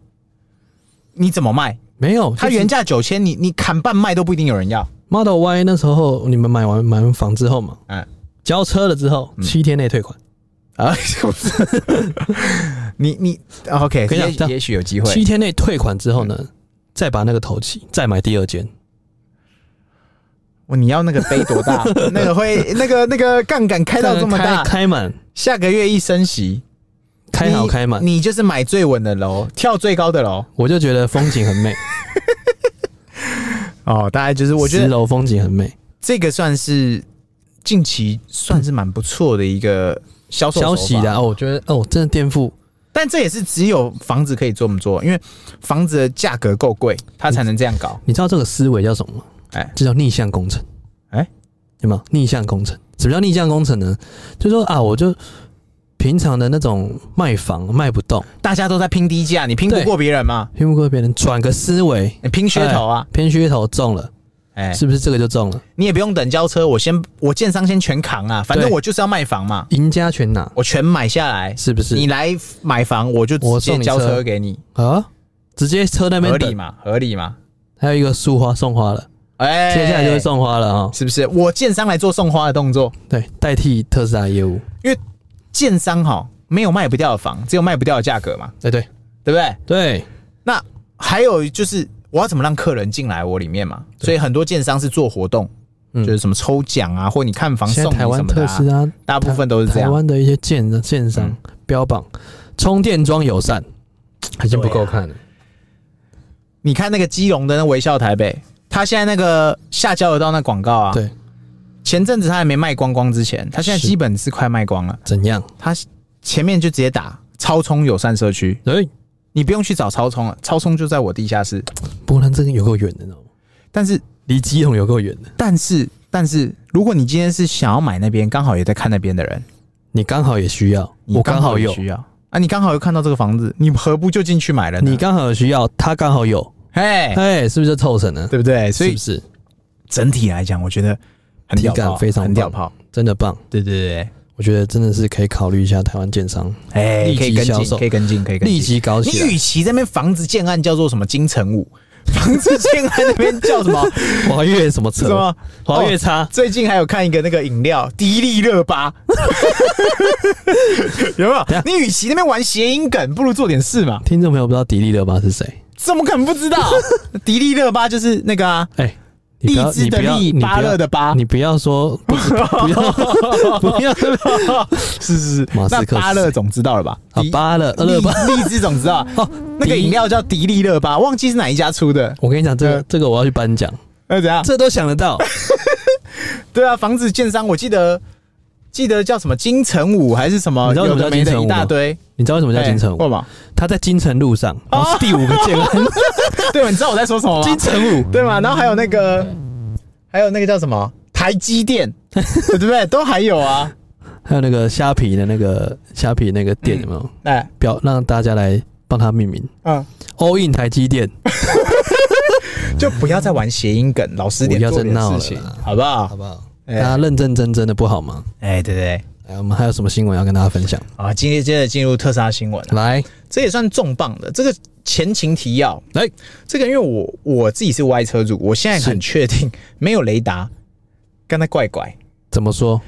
[SPEAKER 2] 你怎么卖？
[SPEAKER 1] 没有，
[SPEAKER 2] 它
[SPEAKER 1] 就是
[SPEAKER 2] 原价九千，你你砍半卖都不一定有人要。
[SPEAKER 1] Model Y 那时候你们买完买完房之后嘛，
[SPEAKER 2] 嗯
[SPEAKER 1] 交车了之后七天内退款，
[SPEAKER 2] 啊， 不是，你你啊 OK，
[SPEAKER 1] 跟你讲
[SPEAKER 2] 也
[SPEAKER 1] 这样
[SPEAKER 2] 也许有机会
[SPEAKER 1] 七天内退款之后呢，再把那个头期再买第二间，
[SPEAKER 2] 哦哇。你要那个杯多大？ 那个会那个那个杠杆开到这么大
[SPEAKER 1] 开，开满，
[SPEAKER 2] 下个月一升息，
[SPEAKER 1] 开好
[SPEAKER 2] 你
[SPEAKER 1] 开满，
[SPEAKER 2] 你就是买最稳的楼，跳最高的楼。
[SPEAKER 1] 我就觉得风景很美，
[SPEAKER 2] 哦，大概 就是我觉
[SPEAKER 1] 十
[SPEAKER 2] 得
[SPEAKER 1] 楼风景很美，
[SPEAKER 2] 这个算是近期算是蛮不错的一个销售手
[SPEAKER 1] 消
[SPEAKER 2] 法
[SPEAKER 1] 息的哦，我觉得哦，真的颠覆，
[SPEAKER 2] 但这也是只有房子可以这么做，因为房子的价格够贵，它才能这样搞。
[SPEAKER 1] 你知道这个思维叫什么吗？
[SPEAKER 2] 哎
[SPEAKER 1] 这叫逆向工程。
[SPEAKER 2] 哎
[SPEAKER 1] 有没有逆向工程？什么叫逆向工程呢？就说啊，我就平常的那种卖房卖不动，
[SPEAKER 2] 大家都在拼低价，你拼不
[SPEAKER 1] 对
[SPEAKER 2] 过别人嘛，
[SPEAKER 1] 拼不过别人，转个思维，
[SPEAKER 2] 你拼噱头啊，
[SPEAKER 1] 偏噱头中了，
[SPEAKER 2] 哎、
[SPEAKER 1] 是不是这个就中了？
[SPEAKER 2] 你也不用等交车，我先我建商先全扛啊，反正
[SPEAKER 1] 对
[SPEAKER 2] 我就是要卖房嘛，
[SPEAKER 1] 赢家全拿，
[SPEAKER 2] 我全买下来，
[SPEAKER 1] 是不是？
[SPEAKER 2] 你来买房我就
[SPEAKER 1] 我
[SPEAKER 2] 直接
[SPEAKER 1] 送你
[SPEAKER 2] 交
[SPEAKER 1] 车
[SPEAKER 2] 车给你，
[SPEAKER 1] 啊，直接车那边
[SPEAKER 2] 合理
[SPEAKER 1] 等，
[SPEAKER 2] 嘛，合理嘛，
[SPEAKER 1] 还有一个束花送花了，
[SPEAKER 2] 哎、
[SPEAKER 1] 接下来就会送花了啊、
[SPEAKER 2] 是不是？我建商来做送花的动作，
[SPEAKER 1] 对，代替特斯拉业务，
[SPEAKER 2] 建商哈没有卖不掉的房，只有卖不掉的价格嘛，
[SPEAKER 1] 哎、对
[SPEAKER 2] 对不对？
[SPEAKER 1] 对，
[SPEAKER 2] 那还有就是我要怎么让客人进来我里面嘛？所以很多建商是做活动，
[SPEAKER 1] 嗯
[SPEAKER 2] 就是什么抽奖啊，或你看房
[SPEAKER 1] 现
[SPEAKER 2] 送
[SPEAKER 1] 在
[SPEAKER 2] 你
[SPEAKER 1] 台
[SPEAKER 2] 什
[SPEAKER 1] 湾
[SPEAKER 2] 么的、
[SPEAKER 1] 特
[SPEAKER 2] 啊
[SPEAKER 1] 斯，拉
[SPEAKER 2] 大部分都是这
[SPEAKER 1] 台
[SPEAKER 2] 样。
[SPEAKER 1] 湾的一些建建商
[SPEAKER 2] 嗯
[SPEAKER 1] 标榜充电桩友善，已经不够看
[SPEAKER 2] 嗯
[SPEAKER 1] 了。
[SPEAKER 2] 你看那个基隆的那微笑台北，他现在那个下交流道那广告啊，
[SPEAKER 1] 对，
[SPEAKER 2] 前阵子他还没卖光光之前，他现在
[SPEAKER 1] 是
[SPEAKER 2] 基本是快卖光了。
[SPEAKER 1] 怎样？
[SPEAKER 2] 他前面就直接打超充友善社区，
[SPEAKER 1] 哎、
[SPEAKER 2] 你不用去找超充了，超充就在我地下室。
[SPEAKER 1] 波兰这个有够远的，你知道吗？
[SPEAKER 2] 但是，
[SPEAKER 1] 离基隆有够远的。
[SPEAKER 2] 但是，但是，如果你今天是想要买那边，刚好也在看那边的人，
[SPEAKER 1] 你刚好也需要，
[SPEAKER 2] 你
[SPEAKER 1] 我刚好
[SPEAKER 2] 也
[SPEAKER 1] 有，
[SPEAKER 2] 需要啊，你刚好又看到这个房子，你何不就进去买了呢？
[SPEAKER 1] 你刚好有需要，他刚好有，
[SPEAKER 2] 哎，
[SPEAKER 1] 哎、是不是就凑成了？
[SPEAKER 2] 对不对？所
[SPEAKER 1] 是
[SPEAKER 2] 以
[SPEAKER 1] 不是
[SPEAKER 2] 整体来讲，我觉得很屌
[SPEAKER 1] 体
[SPEAKER 2] 炮，
[SPEAKER 1] 感非常棒
[SPEAKER 2] 很屌炮。
[SPEAKER 1] 真的棒？
[SPEAKER 2] 对对对，
[SPEAKER 1] 我觉得真的是可以考虑一下台湾建商，
[SPEAKER 2] 对哎，
[SPEAKER 1] 立即
[SPEAKER 2] 可以跟
[SPEAKER 1] 销
[SPEAKER 2] 进，
[SPEAKER 1] 售
[SPEAKER 2] 可以跟进，可以跟进。
[SPEAKER 1] 立即搞
[SPEAKER 2] 你
[SPEAKER 1] 起来。
[SPEAKER 2] 与其在那边房子建案叫做什么金城武， 房子建案那边叫什么
[SPEAKER 1] 华越 什么
[SPEAKER 2] 什
[SPEAKER 1] 车？
[SPEAKER 2] 么
[SPEAKER 1] 华越差，
[SPEAKER 2] 最近还有看一个那个饮料迪丽 热巴，有没有
[SPEAKER 1] 等一下？
[SPEAKER 2] 你与其那边玩谐音梗，不如做点事嘛。
[SPEAKER 1] 听众朋友不知道迪丽热巴是谁？
[SPEAKER 2] 怎么可能不知道？ 迪丽热巴就是那个啊，
[SPEAKER 1] 哎、你
[SPEAKER 2] 荔
[SPEAKER 1] 不要
[SPEAKER 2] 枝的
[SPEAKER 1] 你
[SPEAKER 2] 荔，
[SPEAKER 1] 不要
[SPEAKER 2] 芭乐的芭，
[SPEAKER 1] 你不要说，不是不 要不要
[SPEAKER 2] 是是是
[SPEAKER 1] 马。斯
[SPEAKER 2] 那
[SPEAKER 1] 克
[SPEAKER 2] 芭乐总知道了吧？
[SPEAKER 1] 啊
[SPEAKER 2] 迪，
[SPEAKER 1] 巴乐乐
[SPEAKER 2] 荔
[SPEAKER 1] 巴
[SPEAKER 2] 荔枝总知道，
[SPEAKER 1] 哦，
[SPEAKER 2] 那个
[SPEAKER 1] 迪
[SPEAKER 2] 饮。料叫迪丽热巴，忘记是哪一家出的。
[SPEAKER 1] 我跟你讲，这个
[SPEAKER 2] 呃
[SPEAKER 1] 这个我要去颁奖，
[SPEAKER 2] 那怎样？
[SPEAKER 1] 这都想得 到。
[SPEAKER 2] 对啊，房子建商，我记得记得叫什么金城武还是什么，
[SPEAKER 1] 你知道
[SPEAKER 2] 有
[SPEAKER 1] 什么叫
[SPEAKER 2] 的没
[SPEAKER 1] 金
[SPEAKER 2] 的
[SPEAKER 1] 城武
[SPEAKER 2] 一
[SPEAKER 1] 吗
[SPEAKER 2] 大堆。
[SPEAKER 1] 你知道为什么叫金城
[SPEAKER 2] 哎
[SPEAKER 1] 武？
[SPEAKER 2] 问吧？
[SPEAKER 1] 他在金城路上，然后是第五个 建安。
[SPEAKER 2] 对嘛，你知道我在说什么吗？
[SPEAKER 1] 金城武，
[SPEAKER 2] 对嘛？然后还有那个，还有那个叫什么台 积电，对不对？都还有啊。
[SPEAKER 1] 还有那个虾皮的那个虾皮那个店有没有
[SPEAKER 2] 哎，
[SPEAKER 1] 表让大家来帮他命名
[SPEAKER 2] 嗯，
[SPEAKER 1] ？All in 台积电，
[SPEAKER 2] 就不要再玩谐音梗，老实点
[SPEAKER 1] 不要
[SPEAKER 2] 做
[SPEAKER 1] 再
[SPEAKER 2] 点
[SPEAKER 1] 闹
[SPEAKER 2] 事
[SPEAKER 1] 了
[SPEAKER 2] 情
[SPEAKER 1] 啦，
[SPEAKER 2] 好不好
[SPEAKER 1] 好？不好？大
[SPEAKER 2] 哎
[SPEAKER 1] 家认认真真的不好吗？
[SPEAKER 2] 哎，对对对，
[SPEAKER 1] 来，我们还有什么新闻要跟大家分享？
[SPEAKER 2] 啊，今天接着进入特斯拉新闻了，啊
[SPEAKER 1] 来，
[SPEAKER 2] 这也算重磅的。这个前情提要，
[SPEAKER 1] 来，
[SPEAKER 2] 这个因为我我自己是 Y 车主，我现在很确定没有雷达，刚才怪怪。
[SPEAKER 1] 怎么说？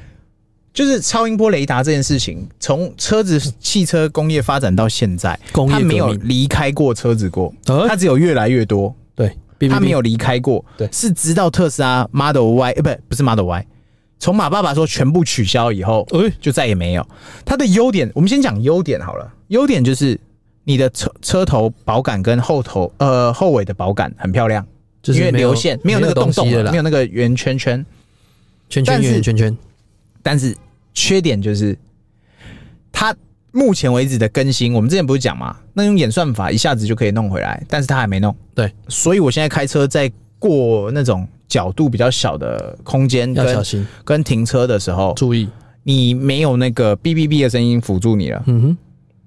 [SPEAKER 2] 就是超音波雷达这件事情，从车子汽车工业发展到现在，
[SPEAKER 1] 工业
[SPEAKER 2] 它
[SPEAKER 1] 革
[SPEAKER 2] 没有
[SPEAKER 1] 命，
[SPEAKER 2] 离开过车子过，
[SPEAKER 1] 呃
[SPEAKER 2] 它只有越来越多，
[SPEAKER 1] 对，哔
[SPEAKER 2] 它
[SPEAKER 1] 哔
[SPEAKER 2] 没
[SPEAKER 1] 哔
[SPEAKER 2] 有离开过。
[SPEAKER 1] 对
[SPEAKER 2] 是直到特斯拉 Model Y，呃，不，不是 Model Y，从马爸爸说全部取消以后，
[SPEAKER 1] 哎，
[SPEAKER 2] 就再也没有。它的优点，我们先讲优点好了。优点就是你的车车头保杆跟后头呃后尾的保杆很漂亮，
[SPEAKER 1] 就是
[SPEAKER 2] 因为
[SPEAKER 1] 没有
[SPEAKER 2] 流线没有那个洞
[SPEAKER 1] 东西
[SPEAKER 2] 洞
[SPEAKER 1] 了
[SPEAKER 2] 了，
[SPEAKER 1] 啦
[SPEAKER 2] 没，有那个圆圈圈。
[SPEAKER 1] 圈圈
[SPEAKER 2] 但是
[SPEAKER 1] 圆圆圈圈，
[SPEAKER 2] 但是缺点就是它目前为止的更新，我们之前不是讲嘛，那用演算法一下子就可以弄回来，但是它还没弄。
[SPEAKER 1] 对，
[SPEAKER 2] 所以我现在开车在过那种角度比较小的空间
[SPEAKER 1] 要小
[SPEAKER 2] 嗯跟
[SPEAKER 1] 心，
[SPEAKER 2] 跟停车的时候，
[SPEAKER 1] 注意。
[SPEAKER 2] 你没有那个哔哔哔的声音辅助你了。
[SPEAKER 1] 嗯哼。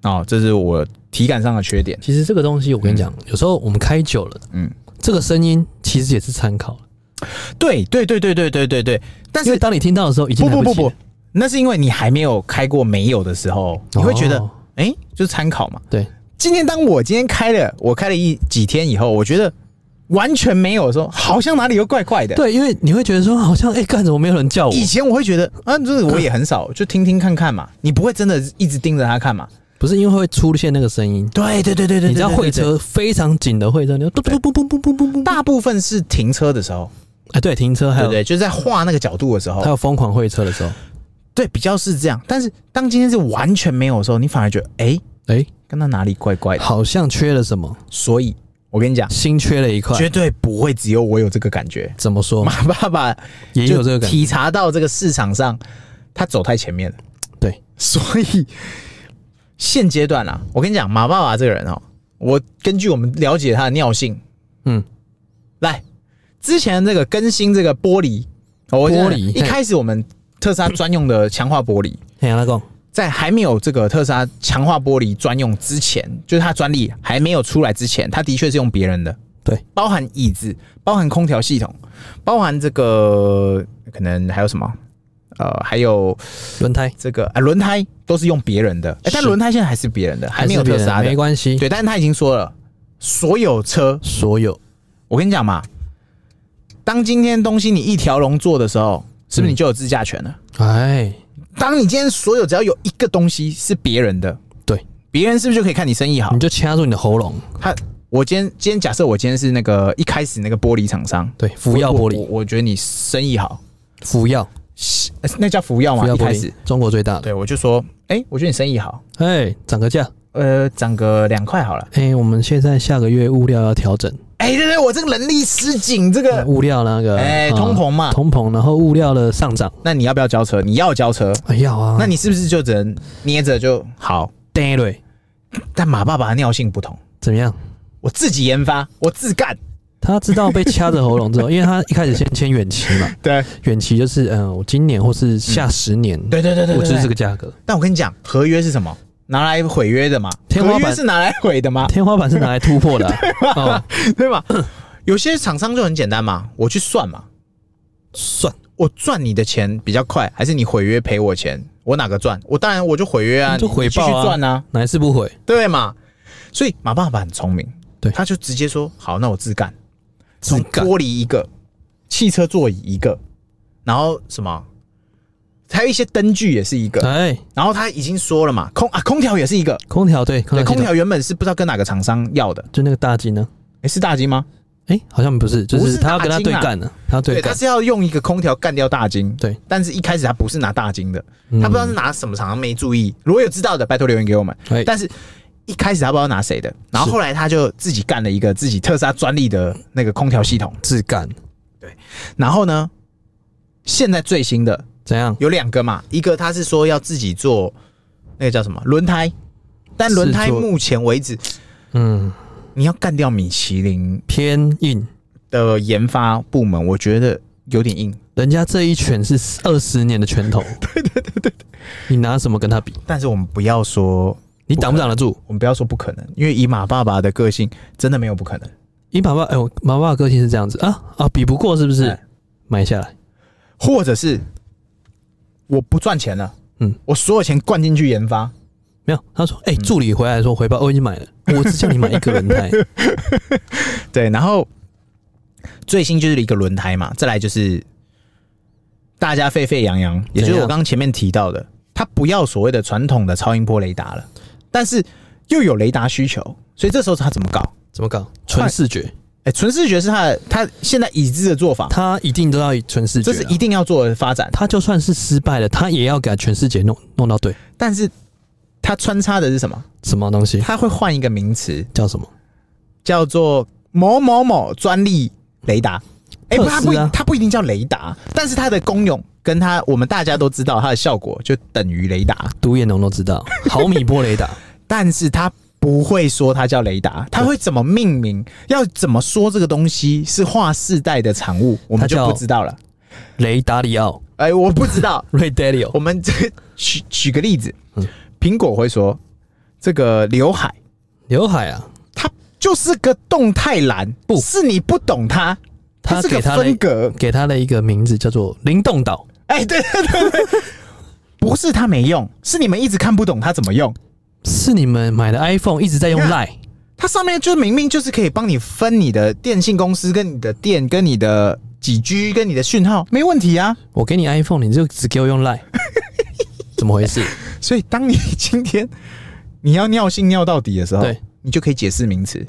[SPEAKER 2] 哦，这是我体感上的缺点。
[SPEAKER 1] 其实这个东西，我跟你讲，有时候我们开久了，
[SPEAKER 2] 嗯
[SPEAKER 1] 嗯，这个声音其实也是参考的，
[SPEAKER 2] 对对对对对对对对，但
[SPEAKER 1] 因
[SPEAKER 2] 是
[SPEAKER 1] 为当你听到的时候，已经
[SPEAKER 2] 不不
[SPEAKER 1] 来
[SPEAKER 2] 不
[SPEAKER 1] 及
[SPEAKER 2] 不
[SPEAKER 1] 了，
[SPEAKER 2] 那是因为你还没有开过没有的时候，你会觉得
[SPEAKER 1] 哦
[SPEAKER 2] 哎、诶就参考嘛。
[SPEAKER 1] 对，
[SPEAKER 2] 今天当我今天开了，我开了一几天以后，我觉得完全没有的时候，好像哪里又怪怪的。，
[SPEAKER 1] 对，因为你会觉得说，好像哎，干、什么没有人叫我？
[SPEAKER 2] 以前我会觉得啊，就是我也很少就听听看看嘛，你不会真的一直盯着它看嘛。
[SPEAKER 1] 不是因为会出现那个声音，
[SPEAKER 2] 对对对对对，
[SPEAKER 1] 你知道
[SPEAKER 2] 对
[SPEAKER 1] 会，
[SPEAKER 2] 对对
[SPEAKER 1] 车非常紧的会车，你就嘟嘟嘟嘟嘟嘟嘟嘟嘟，
[SPEAKER 2] 大部分是停车的时候，
[SPEAKER 1] 哎，对，停车还
[SPEAKER 2] 对
[SPEAKER 1] 有
[SPEAKER 2] 不对？就是在画那个角度的时
[SPEAKER 1] 还
[SPEAKER 2] 候，
[SPEAKER 1] 有疯狂会车的时候，
[SPEAKER 2] 对，比较是这样。但是当今天是完全没有的时候，你反而觉得哎，
[SPEAKER 1] 哎、
[SPEAKER 2] 跟它哪里怪怪的。
[SPEAKER 1] 好像缺了什么，
[SPEAKER 2] 所以我跟你讲，
[SPEAKER 1] 心缺了一块，
[SPEAKER 2] 绝对不会只有我有这个感觉。
[SPEAKER 1] 怎么说
[SPEAKER 2] 马爸爸
[SPEAKER 1] 也有这个
[SPEAKER 2] 就
[SPEAKER 1] 感觉，
[SPEAKER 2] 体察到这个市场上，他走太前面了，
[SPEAKER 1] 对，
[SPEAKER 2] 所以现阶段啊，我跟你讲，马爸爸这个人哦，我根据我们了解他的尿性，
[SPEAKER 1] 嗯，
[SPEAKER 2] 来，之前这个更新这个玻璃，哦我
[SPEAKER 1] 玻璃
[SPEAKER 2] 一开始我们特斯拉专用的强化玻璃，
[SPEAKER 1] 嘿，阿公，
[SPEAKER 2] 在还没有这个特斯拉强化玻璃专用之前，就是它专利还没有出来之前，它的确是用别人的，
[SPEAKER 1] 对，
[SPEAKER 2] 包含椅子，包含空调系统，包含这个可能还有什么，呃，还有
[SPEAKER 1] 轮胎
[SPEAKER 2] 这个啊轮胎都是用别人的，哎、但
[SPEAKER 1] 是
[SPEAKER 2] 轮胎现在还是别人的，还没有
[SPEAKER 1] 是别
[SPEAKER 2] 特
[SPEAKER 1] 人
[SPEAKER 2] 斯拉的
[SPEAKER 1] 没，关系，
[SPEAKER 2] 对，但是他已经说了，所有车，
[SPEAKER 1] 所有
[SPEAKER 2] 我跟你讲嘛，当今天东西你一条龙做的时候，是不是你就有自驾权了？
[SPEAKER 1] 哎，
[SPEAKER 2] 当你今天所有只要有一个东西是别人的，
[SPEAKER 1] 对，嗯
[SPEAKER 2] 别人是不是就可以看你生意好
[SPEAKER 1] 你？就掐住你的喉咙，
[SPEAKER 2] 他，我今天今天假设我今天是那个一开始那个玻璃厂商，
[SPEAKER 1] 对，福耀玻
[SPEAKER 2] 我我
[SPEAKER 1] 璃，
[SPEAKER 2] 我觉得你生意好，
[SPEAKER 1] 福耀，
[SPEAKER 2] 呃那叫福耀
[SPEAKER 1] 福
[SPEAKER 2] 嘛，
[SPEAKER 1] 耀
[SPEAKER 2] 一
[SPEAKER 1] 玻
[SPEAKER 2] 开始
[SPEAKER 1] 璃，，中国最大的。
[SPEAKER 2] 对我就说，哎、我觉得你生意好，
[SPEAKER 1] 哎，涨个价。
[SPEAKER 2] 呃，涨个两块好了。
[SPEAKER 1] 哎，我们现在下个月物料要调整，
[SPEAKER 2] 哎、对对，我这个人力失紧，这个
[SPEAKER 1] 物料那个
[SPEAKER 2] 嗯哎、
[SPEAKER 1] 啊
[SPEAKER 2] 通膨嘛，
[SPEAKER 1] 通膨，然后物料的上涨。
[SPEAKER 2] 那你要不要交车？你要交车，
[SPEAKER 1] 哎要啊，
[SPEAKER 2] 那你是不是就只能捏着就好？
[SPEAKER 1] d 嘞
[SPEAKER 2] 但马爸爸的尿性不同，
[SPEAKER 1] 怎么样？
[SPEAKER 2] 我自己研发，我自干。
[SPEAKER 1] 他知道被掐着喉咙 之后，因为他一开始先签远期嘛，
[SPEAKER 2] 对
[SPEAKER 1] 远期就是嗯、呃我今年或是下十年，
[SPEAKER 2] 对对对对
[SPEAKER 1] 我就是这
[SPEAKER 2] 个。
[SPEAKER 1] 个价格。
[SPEAKER 2] 但我跟你讲，合约是什么？拿来毁约的嘛，
[SPEAKER 1] 天花
[SPEAKER 2] 合
[SPEAKER 1] 板
[SPEAKER 2] 约是拿来毁的嘛，
[SPEAKER 1] 天花板是拿来突破 的、啊，哦，
[SPEAKER 2] 对吧？ 有些厂商就很简单嘛，我去算嘛，
[SPEAKER 1] 算
[SPEAKER 2] 我赚你的钱比较快，还是你毁约赔我钱？我哪个赚？我当然我就毁约啊，
[SPEAKER 1] 你就回报啊
[SPEAKER 2] 你继续赚啊，
[SPEAKER 1] 哪一次不回？
[SPEAKER 2] 对嘛？所以马爸爸很聪明，
[SPEAKER 1] 对
[SPEAKER 2] 他就直接说好，那我自干，
[SPEAKER 1] 自干
[SPEAKER 2] 从玻璃一个，汽车座椅一个，然后什么，还有一些灯具也是一个，
[SPEAKER 1] 哎，
[SPEAKER 2] 然后他已经说了嘛，空啊空调也是一个，
[SPEAKER 1] 空调对，空
[SPEAKER 2] 对，
[SPEAKER 1] 调
[SPEAKER 2] 空
[SPEAKER 1] 系统
[SPEAKER 2] 调原本是不知道跟哪个厂商要的，
[SPEAKER 1] 就那个大金呢？
[SPEAKER 2] 诶，是大金吗？
[SPEAKER 1] 哎，好像不是，就
[SPEAKER 2] 不
[SPEAKER 1] 是
[SPEAKER 2] 是
[SPEAKER 1] 他要跟
[SPEAKER 2] 大
[SPEAKER 1] 他
[SPEAKER 2] 金
[SPEAKER 1] 对
[SPEAKER 2] 啊
[SPEAKER 1] 干呢，他对
[SPEAKER 2] 对，他
[SPEAKER 1] 干，
[SPEAKER 2] 是要用一个空调干掉大金，
[SPEAKER 1] 对，
[SPEAKER 2] 但是一开始他不是拿大金的，
[SPEAKER 1] 嗯
[SPEAKER 2] 他不知道是拿什么厂商，没注意。如果有知道的，拜托留言给我们。
[SPEAKER 1] 哎，
[SPEAKER 2] 但是一开始他不知道拿谁的，然后
[SPEAKER 1] 是
[SPEAKER 2] 后来他就自己干了一个自己特斯拉专利的那个空调系统。
[SPEAKER 1] 自干
[SPEAKER 2] 然后呢，现在最新的
[SPEAKER 1] 怎样？
[SPEAKER 2] 有两个嘛，一个他是说要自己做那个叫什么轮胎，但轮胎
[SPEAKER 1] 是做
[SPEAKER 2] 目前为止，
[SPEAKER 1] 嗯，
[SPEAKER 2] 你要干掉米其林
[SPEAKER 1] 偏硬。
[SPEAKER 2] 的研发部门，我觉得有点硬。
[SPEAKER 1] 人家这一拳是二十年的 拳头，对对对对，你拿什么跟他比？
[SPEAKER 2] 但是我们不要说，
[SPEAKER 1] 你挡不挡得住？
[SPEAKER 2] 我们不要说不可能，因为以马爸爸的个性，真的没有不可能。
[SPEAKER 1] 你爸爸，哎、我妈妈的个性是这样子啊啊，比不过是不是？
[SPEAKER 2] 哎
[SPEAKER 1] 买下来，
[SPEAKER 2] 或者是我不赚钱了，
[SPEAKER 1] 嗯，
[SPEAKER 2] 我所有钱灌进去研发，
[SPEAKER 1] 没有？他说，哎、
[SPEAKER 2] 嗯
[SPEAKER 1] 助理回来说回报，我已经买了，我只叫你买一个轮 胎，
[SPEAKER 2] 对，然后最新就是一个轮胎嘛，再来就是大家沸沸扬扬，也就
[SPEAKER 1] 怎
[SPEAKER 2] 是我
[SPEAKER 1] 样
[SPEAKER 2] 刚刚前面提到的，它不要所谓的传统的超音波雷达了，但是又有雷达需求，所以这时候它怎么搞？
[SPEAKER 1] 怎么搞？纯视觉，
[SPEAKER 2] 哎、纯视觉是它的它现在已知的做法，
[SPEAKER 1] 他一定都要纯视觉
[SPEAKER 2] 这
[SPEAKER 1] 啊、
[SPEAKER 2] 是一定要做的发展，
[SPEAKER 1] 他就算是失败了，他也要给全世界弄弄到对，
[SPEAKER 2] 但是它穿插的是什么？
[SPEAKER 1] 什么东西
[SPEAKER 2] 它会换一个名词，
[SPEAKER 1] 叫什么？
[SPEAKER 2] 叫做某某某专利雷达。哎、不，
[SPEAKER 1] 特斯拉啊
[SPEAKER 2] 它不一，它不一定叫雷达，但是它的功用跟它，我们大家都知道它的效果就等于雷达，
[SPEAKER 1] 独眼龙都知道， 毫米波雷达，
[SPEAKER 2] 但是它不会说它叫雷达，它会怎么命名，要怎么说这个东西是划世代的产物，我们
[SPEAKER 1] 它
[SPEAKER 2] 就
[SPEAKER 1] 叫
[SPEAKER 2] 不知道了。
[SPEAKER 1] 雷达里奥
[SPEAKER 2] 哎、我不 知道，
[SPEAKER 1] 瑞 Dalio，
[SPEAKER 2] 我们这举举个例子
[SPEAKER 1] 嗯，
[SPEAKER 2] 苹果会说这个刘海，
[SPEAKER 1] 刘海啊，
[SPEAKER 2] 它就是个动态栏，
[SPEAKER 1] 不
[SPEAKER 2] 是你不懂它，它
[SPEAKER 1] 他
[SPEAKER 2] 是
[SPEAKER 1] 给
[SPEAKER 2] 个
[SPEAKER 1] 他的
[SPEAKER 2] 分隔。
[SPEAKER 1] 给他的一个名字叫做灵动岛，
[SPEAKER 2] 哎、对对对对，不是他没用，是你们一直看不懂他怎么用。
[SPEAKER 1] 是你们买的 iPhone 一直 在用
[SPEAKER 2] 你
[SPEAKER 1] Line，
[SPEAKER 2] 它上面就明明就是可以帮你分你的电信公司跟你的电跟你的几 G 跟你的讯号，没问题啊。
[SPEAKER 1] 我给你 iPhone，你就只给我用 Line，怎么回事？
[SPEAKER 2] 所以当你今天你要尿性尿到底的时候
[SPEAKER 1] 对，
[SPEAKER 2] 你就可以解释名词，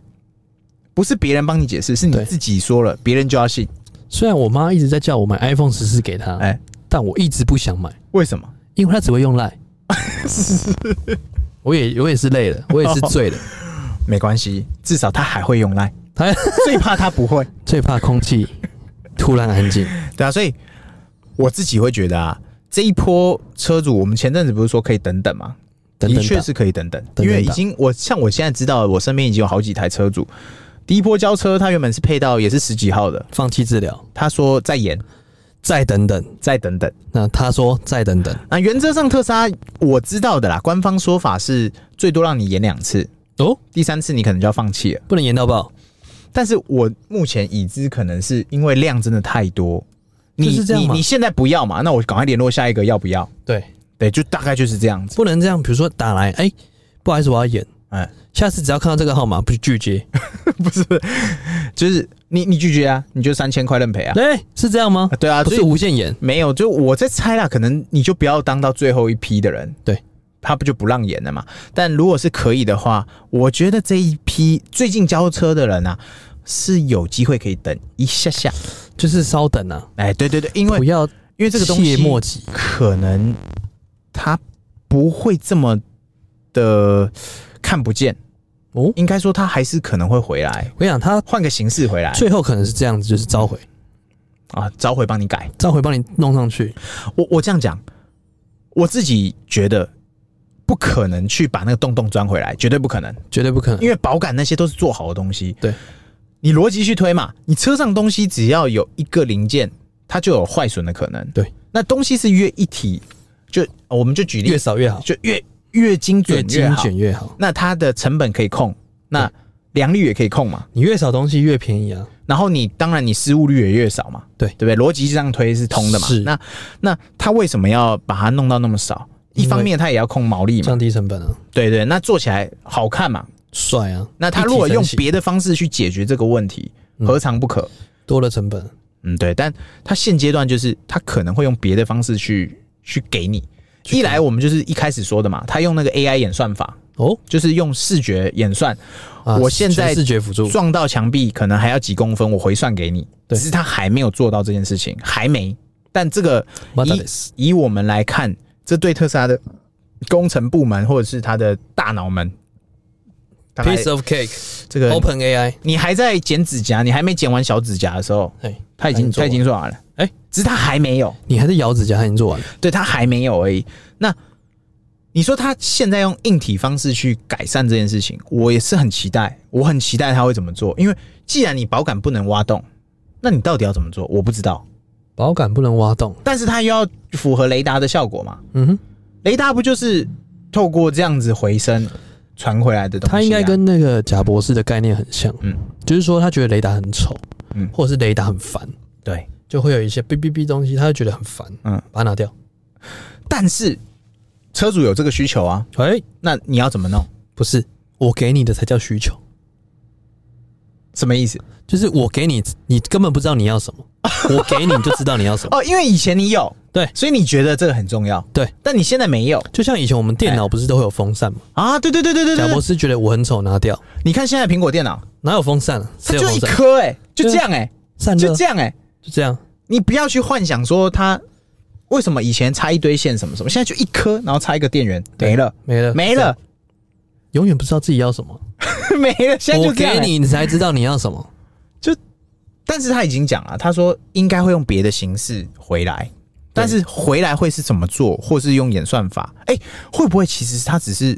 [SPEAKER 2] 不是别人帮你解释，是你
[SPEAKER 1] 对
[SPEAKER 2] 自己说了，别人就要信。
[SPEAKER 1] 虽然我妈一直在叫我买 iPhone 十四给她，
[SPEAKER 2] 哎、
[SPEAKER 1] 但我一直不想买，
[SPEAKER 2] 为什么？
[SPEAKER 1] 因为她只会用 Line。我也我也是累了，我也是醉 了。
[SPEAKER 2] 没关系，至少他还会用 Line，
[SPEAKER 1] 她
[SPEAKER 2] 最怕他不会。
[SPEAKER 1] 最怕空气突然安静。
[SPEAKER 2] 对啊，所以我自己会觉得啊，这一波车主，我们前阵子不是说可以等等吗？
[SPEAKER 1] 等
[SPEAKER 2] 的
[SPEAKER 1] 等
[SPEAKER 2] 确
[SPEAKER 1] 等，
[SPEAKER 2] 是可以等等，
[SPEAKER 1] 等等
[SPEAKER 2] 因为已
[SPEAKER 1] 打
[SPEAKER 2] 经我像我现在知道，我身边已经有好几台车主，第一波交车，他原本是配到也是十几号的，
[SPEAKER 1] 放弃治疗，
[SPEAKER 2] 他说再延，
[SPEAKER 1] 再等等。
[SPEAKER 2] 再等等。
[SPEAKER 1] 那她说再等等
[SPEAKER 2] 那原则上特斯拉我知道的啦，官方说法是最多让你延两次，
[SPEAKER 1] 哦，
[SPEAKER 2] 第三次你可能就要放弃了。
[SPEAKER 1] 不能延到爆。
[SPEAKER 2] 但是我目前已知可能是因为量真的太多，
[SPEAKER 1] 就
[SPEAKER 2] 你
[SPEAKER 1] 是这样
[SPEAKER 2] 你
[SPEAKER 1] 嘛
[SPEAKER 2] 你现在不要嘛，那我赶快联络下一个要不要？
[SPEAKER 1] 对，
[SPEAKER 2] 对，就大概就是这样子。
[SPEAKER 1] 不能这样。比如说打来，哎、不好意思，我要演。
[SPEAKER 2] 哎，
[SPEAKER 1] 下次只要看到这个号码，不就拒接？
[SPEAKER 2] 就是你你拒绝啊，你就三千块认赔啊。
[SPEAKER 1] 哎、是这样吗？
[SPEAKER 2] 对啊，
[SPEAKER 1] 不
[SPEAKER 2] 所以
[SPEAKER 1] 是无限延。
[SPEAKER 2] 没有，就我在猜啦，可能你就不要当到最后一批的人。
[SPEAKER 1] 对，
[SPEAKER 2] 他不就不让演了嘛？但如果是可以的话，我觉得这一批最近交车的人啊，是有机会可以等一下下。
[SPEAKER 1] 就是稍等啊，
[SPEAKER 2] 哎，对对对，因为
[SPEAKER 1] 不要
[SPEAKER 2] 因为这个东西
[SPEAKER 1] 卸磨及
[SPEAKER 2] 可能他不会这么的看不见，
[SPEAKER 1] 哦。
[SPEAKER 2] 应该说他还是可能会回来，
[SPEAKER 1] 我跟你讲，他
[SPEAKER 2] 换个形式回来
[SPEAKER 1] 最后可能是这样子，就是召回，
[SPEAKER 2] 啊，召回帮你改。
[SPEAKER 1] 召回帮你弄上去。
[SPEAKER 2] 我我这样讲，我自己觉得不可能去把那个洞洞钻回来，绝对不可能，
[SPEAKER 1] 绝对不可能，
[SPEAKER 2] 因为保杆那些都是做好的东西。
[SPEAKER 1] 对，
[SPEAKER 2] 你逻辑去推嘛，你车上东西只要有一个零件，它就有坏损的可能。
[SPEAKER 1] 对，
[SPEAKER 2] 那东西是越一体，就我们就举例
[SPEAKER 1] 越，少越好，
[SPEAKER 2] 就越越精准
[SPEAKER 1] 越精
[SPEAKER 2] 好，
[SPEAKER 1] 简越好。
[SPEAKER 2] 那它的成本可以控，那良率也可以控嘛。
[SPEAKER 1] 你越少东西越便宜啊，
[SPEAKER 2] 然后你当然你失误率也越少嘛，
[SPEAKER 1] 对
[SPEAKER 2] 对不对？逻辑这样推是通的嘛。
[SPEAKER 1] 是
[SPEAKER 2] 那那他为什么要把它弄到那么少？
[SPEAKER 1] 因为
[SPEAKER 2] 一方面他也要控毛利嘛，
[SPEAKER 1] 降低成本啊，
[SPEAKER 2] 对对，那做起来好看嘛。
[SPEAKER 1] 帅啊。
[SPEAKER 2] 那他
[SPEAKER 1] 一体
[SPEAKER 2] 如果用
[SPEAKER 1] 成型
[SPEAKER 2] 别的方式去解决这个问题，
[SPEAKER 1] 嗯
[SPEAKER 2] 何尝不可？
[SPEAKER 1] 多了成本，
[SPEAKER 2] 嗯，对。但他现阶段就是他可能会用别的方式去去给你。一来我们就是一开始说的嘛，他用那个 AI 演算法，
[SPEAKER 1] 哦，
[SPEAKER 2] 就是用视觉演算，
[SPEAKER 1] 啊
[SPEAKER 2] 我现在
[SPEAKER 1] 全视觉辅助，
[SPEAKER 2] 撞到墙壁可能还要几公分，我回算给你。
[SPEAKER 1] 对
[SPEAKER 2] 只是他还没有做到这件事情，还没。但这个
[SPEAKER 1] 一
[SPEAKER 2] 以我们来看，这对特斯拉的工程部门或者是他的大脑们，大概
[SPEAKER 1] piece of cake，open
[SPEAKER 2] 这个
[SPEAKER 1] AI，
[SPEAKER 2] 你还在剪指甲，你还没剪完小指甲的时候，
[SPEAKER 1] 哎，
[SPEAKER 2] 他已经他已经做完了。
[SPEAKER 1] 哎
[SPEAKER 2] 只是他还没有，
[SPEAKER 1] 你还在咬指甲，他已经做完了，
[SPEAKER 2] 对他还没有而已。那你说他现在用硬体方式去改善这件事情，我也是很期待，我很期待他会怎么做。因为既然你保杆不能挖洞，那你到底要怎么做？我不知道。
[SPEAKER 1] 保杆不能挖洞，
[SPEAKER 2] 但是它又要符合雷达的效果嘛？
[SPEAKER 1] 嗯哼，
[SPEAKER 2] 雷达不就是透过这样子回声传回来的东西、啊？
[SPEAKER 1] 他应该跟那个贾博士的概念很像，
[SPEAKER 2] 嗯
[SPEAKER 1] 就是说他觉得雷达很丑，
[SPEAKER 2] 嗯
[SPEAKER 1] 或者是雷达很烦，
[SPEAKER 2] 对，
[SPEAKER 1] 就会有一些哔哔哔东西，他就觉得很烦，
[SPEAKER 2] 嗯，
[SPEAKER 1] 把它拿掉，
[SPEAKER 2] 但是车主有这个需求啊，
[SPEAKER 1] 哎，
[SPEAKER 2] 那你要怎么弄？
[SPEAKER 1] 不是，我给你的才叫需求，
[SPEAKER 2] 什么意思？
[SPEAKER 1] 就是我给你，你根本不知道你要什么， 我给你就知道你要什么。
[SPEAKER 2] 哦，因为以前你有，
[SPEAKER 1] 对
[SPEAKER 2] 所以你觉得这个很重要，
[SPEAKER 1] 对，
[SPEAKER 2] 但你现在没有
[SPEAKER 1] 就像以前我们电脑不是都会有风扇嘛？
[SPEAKER 2] 啊？对对对对对
[SPEAKER 1] 贾
[SPEAKER 2] 对
[SPEAKER 1] 博士觉得我很丑，拿掉，
[SPEAKER 2] 你看现在苹果电脑，
[SPEAKER 1] 哪有风扇啊？
[SPEAKER 2] 它
[SPEAKER 1] 谁有
[SPEAKER 2] 就
[SPEAKER 1] 风
[SPEAKER 2] 一
[SPEAKER 1] 扇？
[SPEAKER 2] 颗哎、就这样哎、
[SPEAKER 1] 散啊热
[SPEAKER 2] 就这样哎、
[SPEAKER 1] 就这样，
[SPEAKER 2] 你不要去幻想说它为什么以前插一堆线什么什么，现在就一颗，然后插一个电源
[SPEAKER 1] 对
[SPEAKER 2] 没了
[SPEAKER 1] 没了，
[SPEAKER 2] 没了，
[SPEAKER 1] 永远不知道自己要什么。
[SPEAKER 2] 没了， 现在
[SPEAKER 1] 我
[SPEAKER 2] 就这样、
[SPEAKER 1] 给
[SPEAKER 2] 欸。
[SPEAKER 1] 你，你才知道你要什么。
[SPEAKER 2] 但是他已经讲了，他说应该会用别的形式回来，但是回来会是怎么做，或是用演算法？哎、会不会其实他只是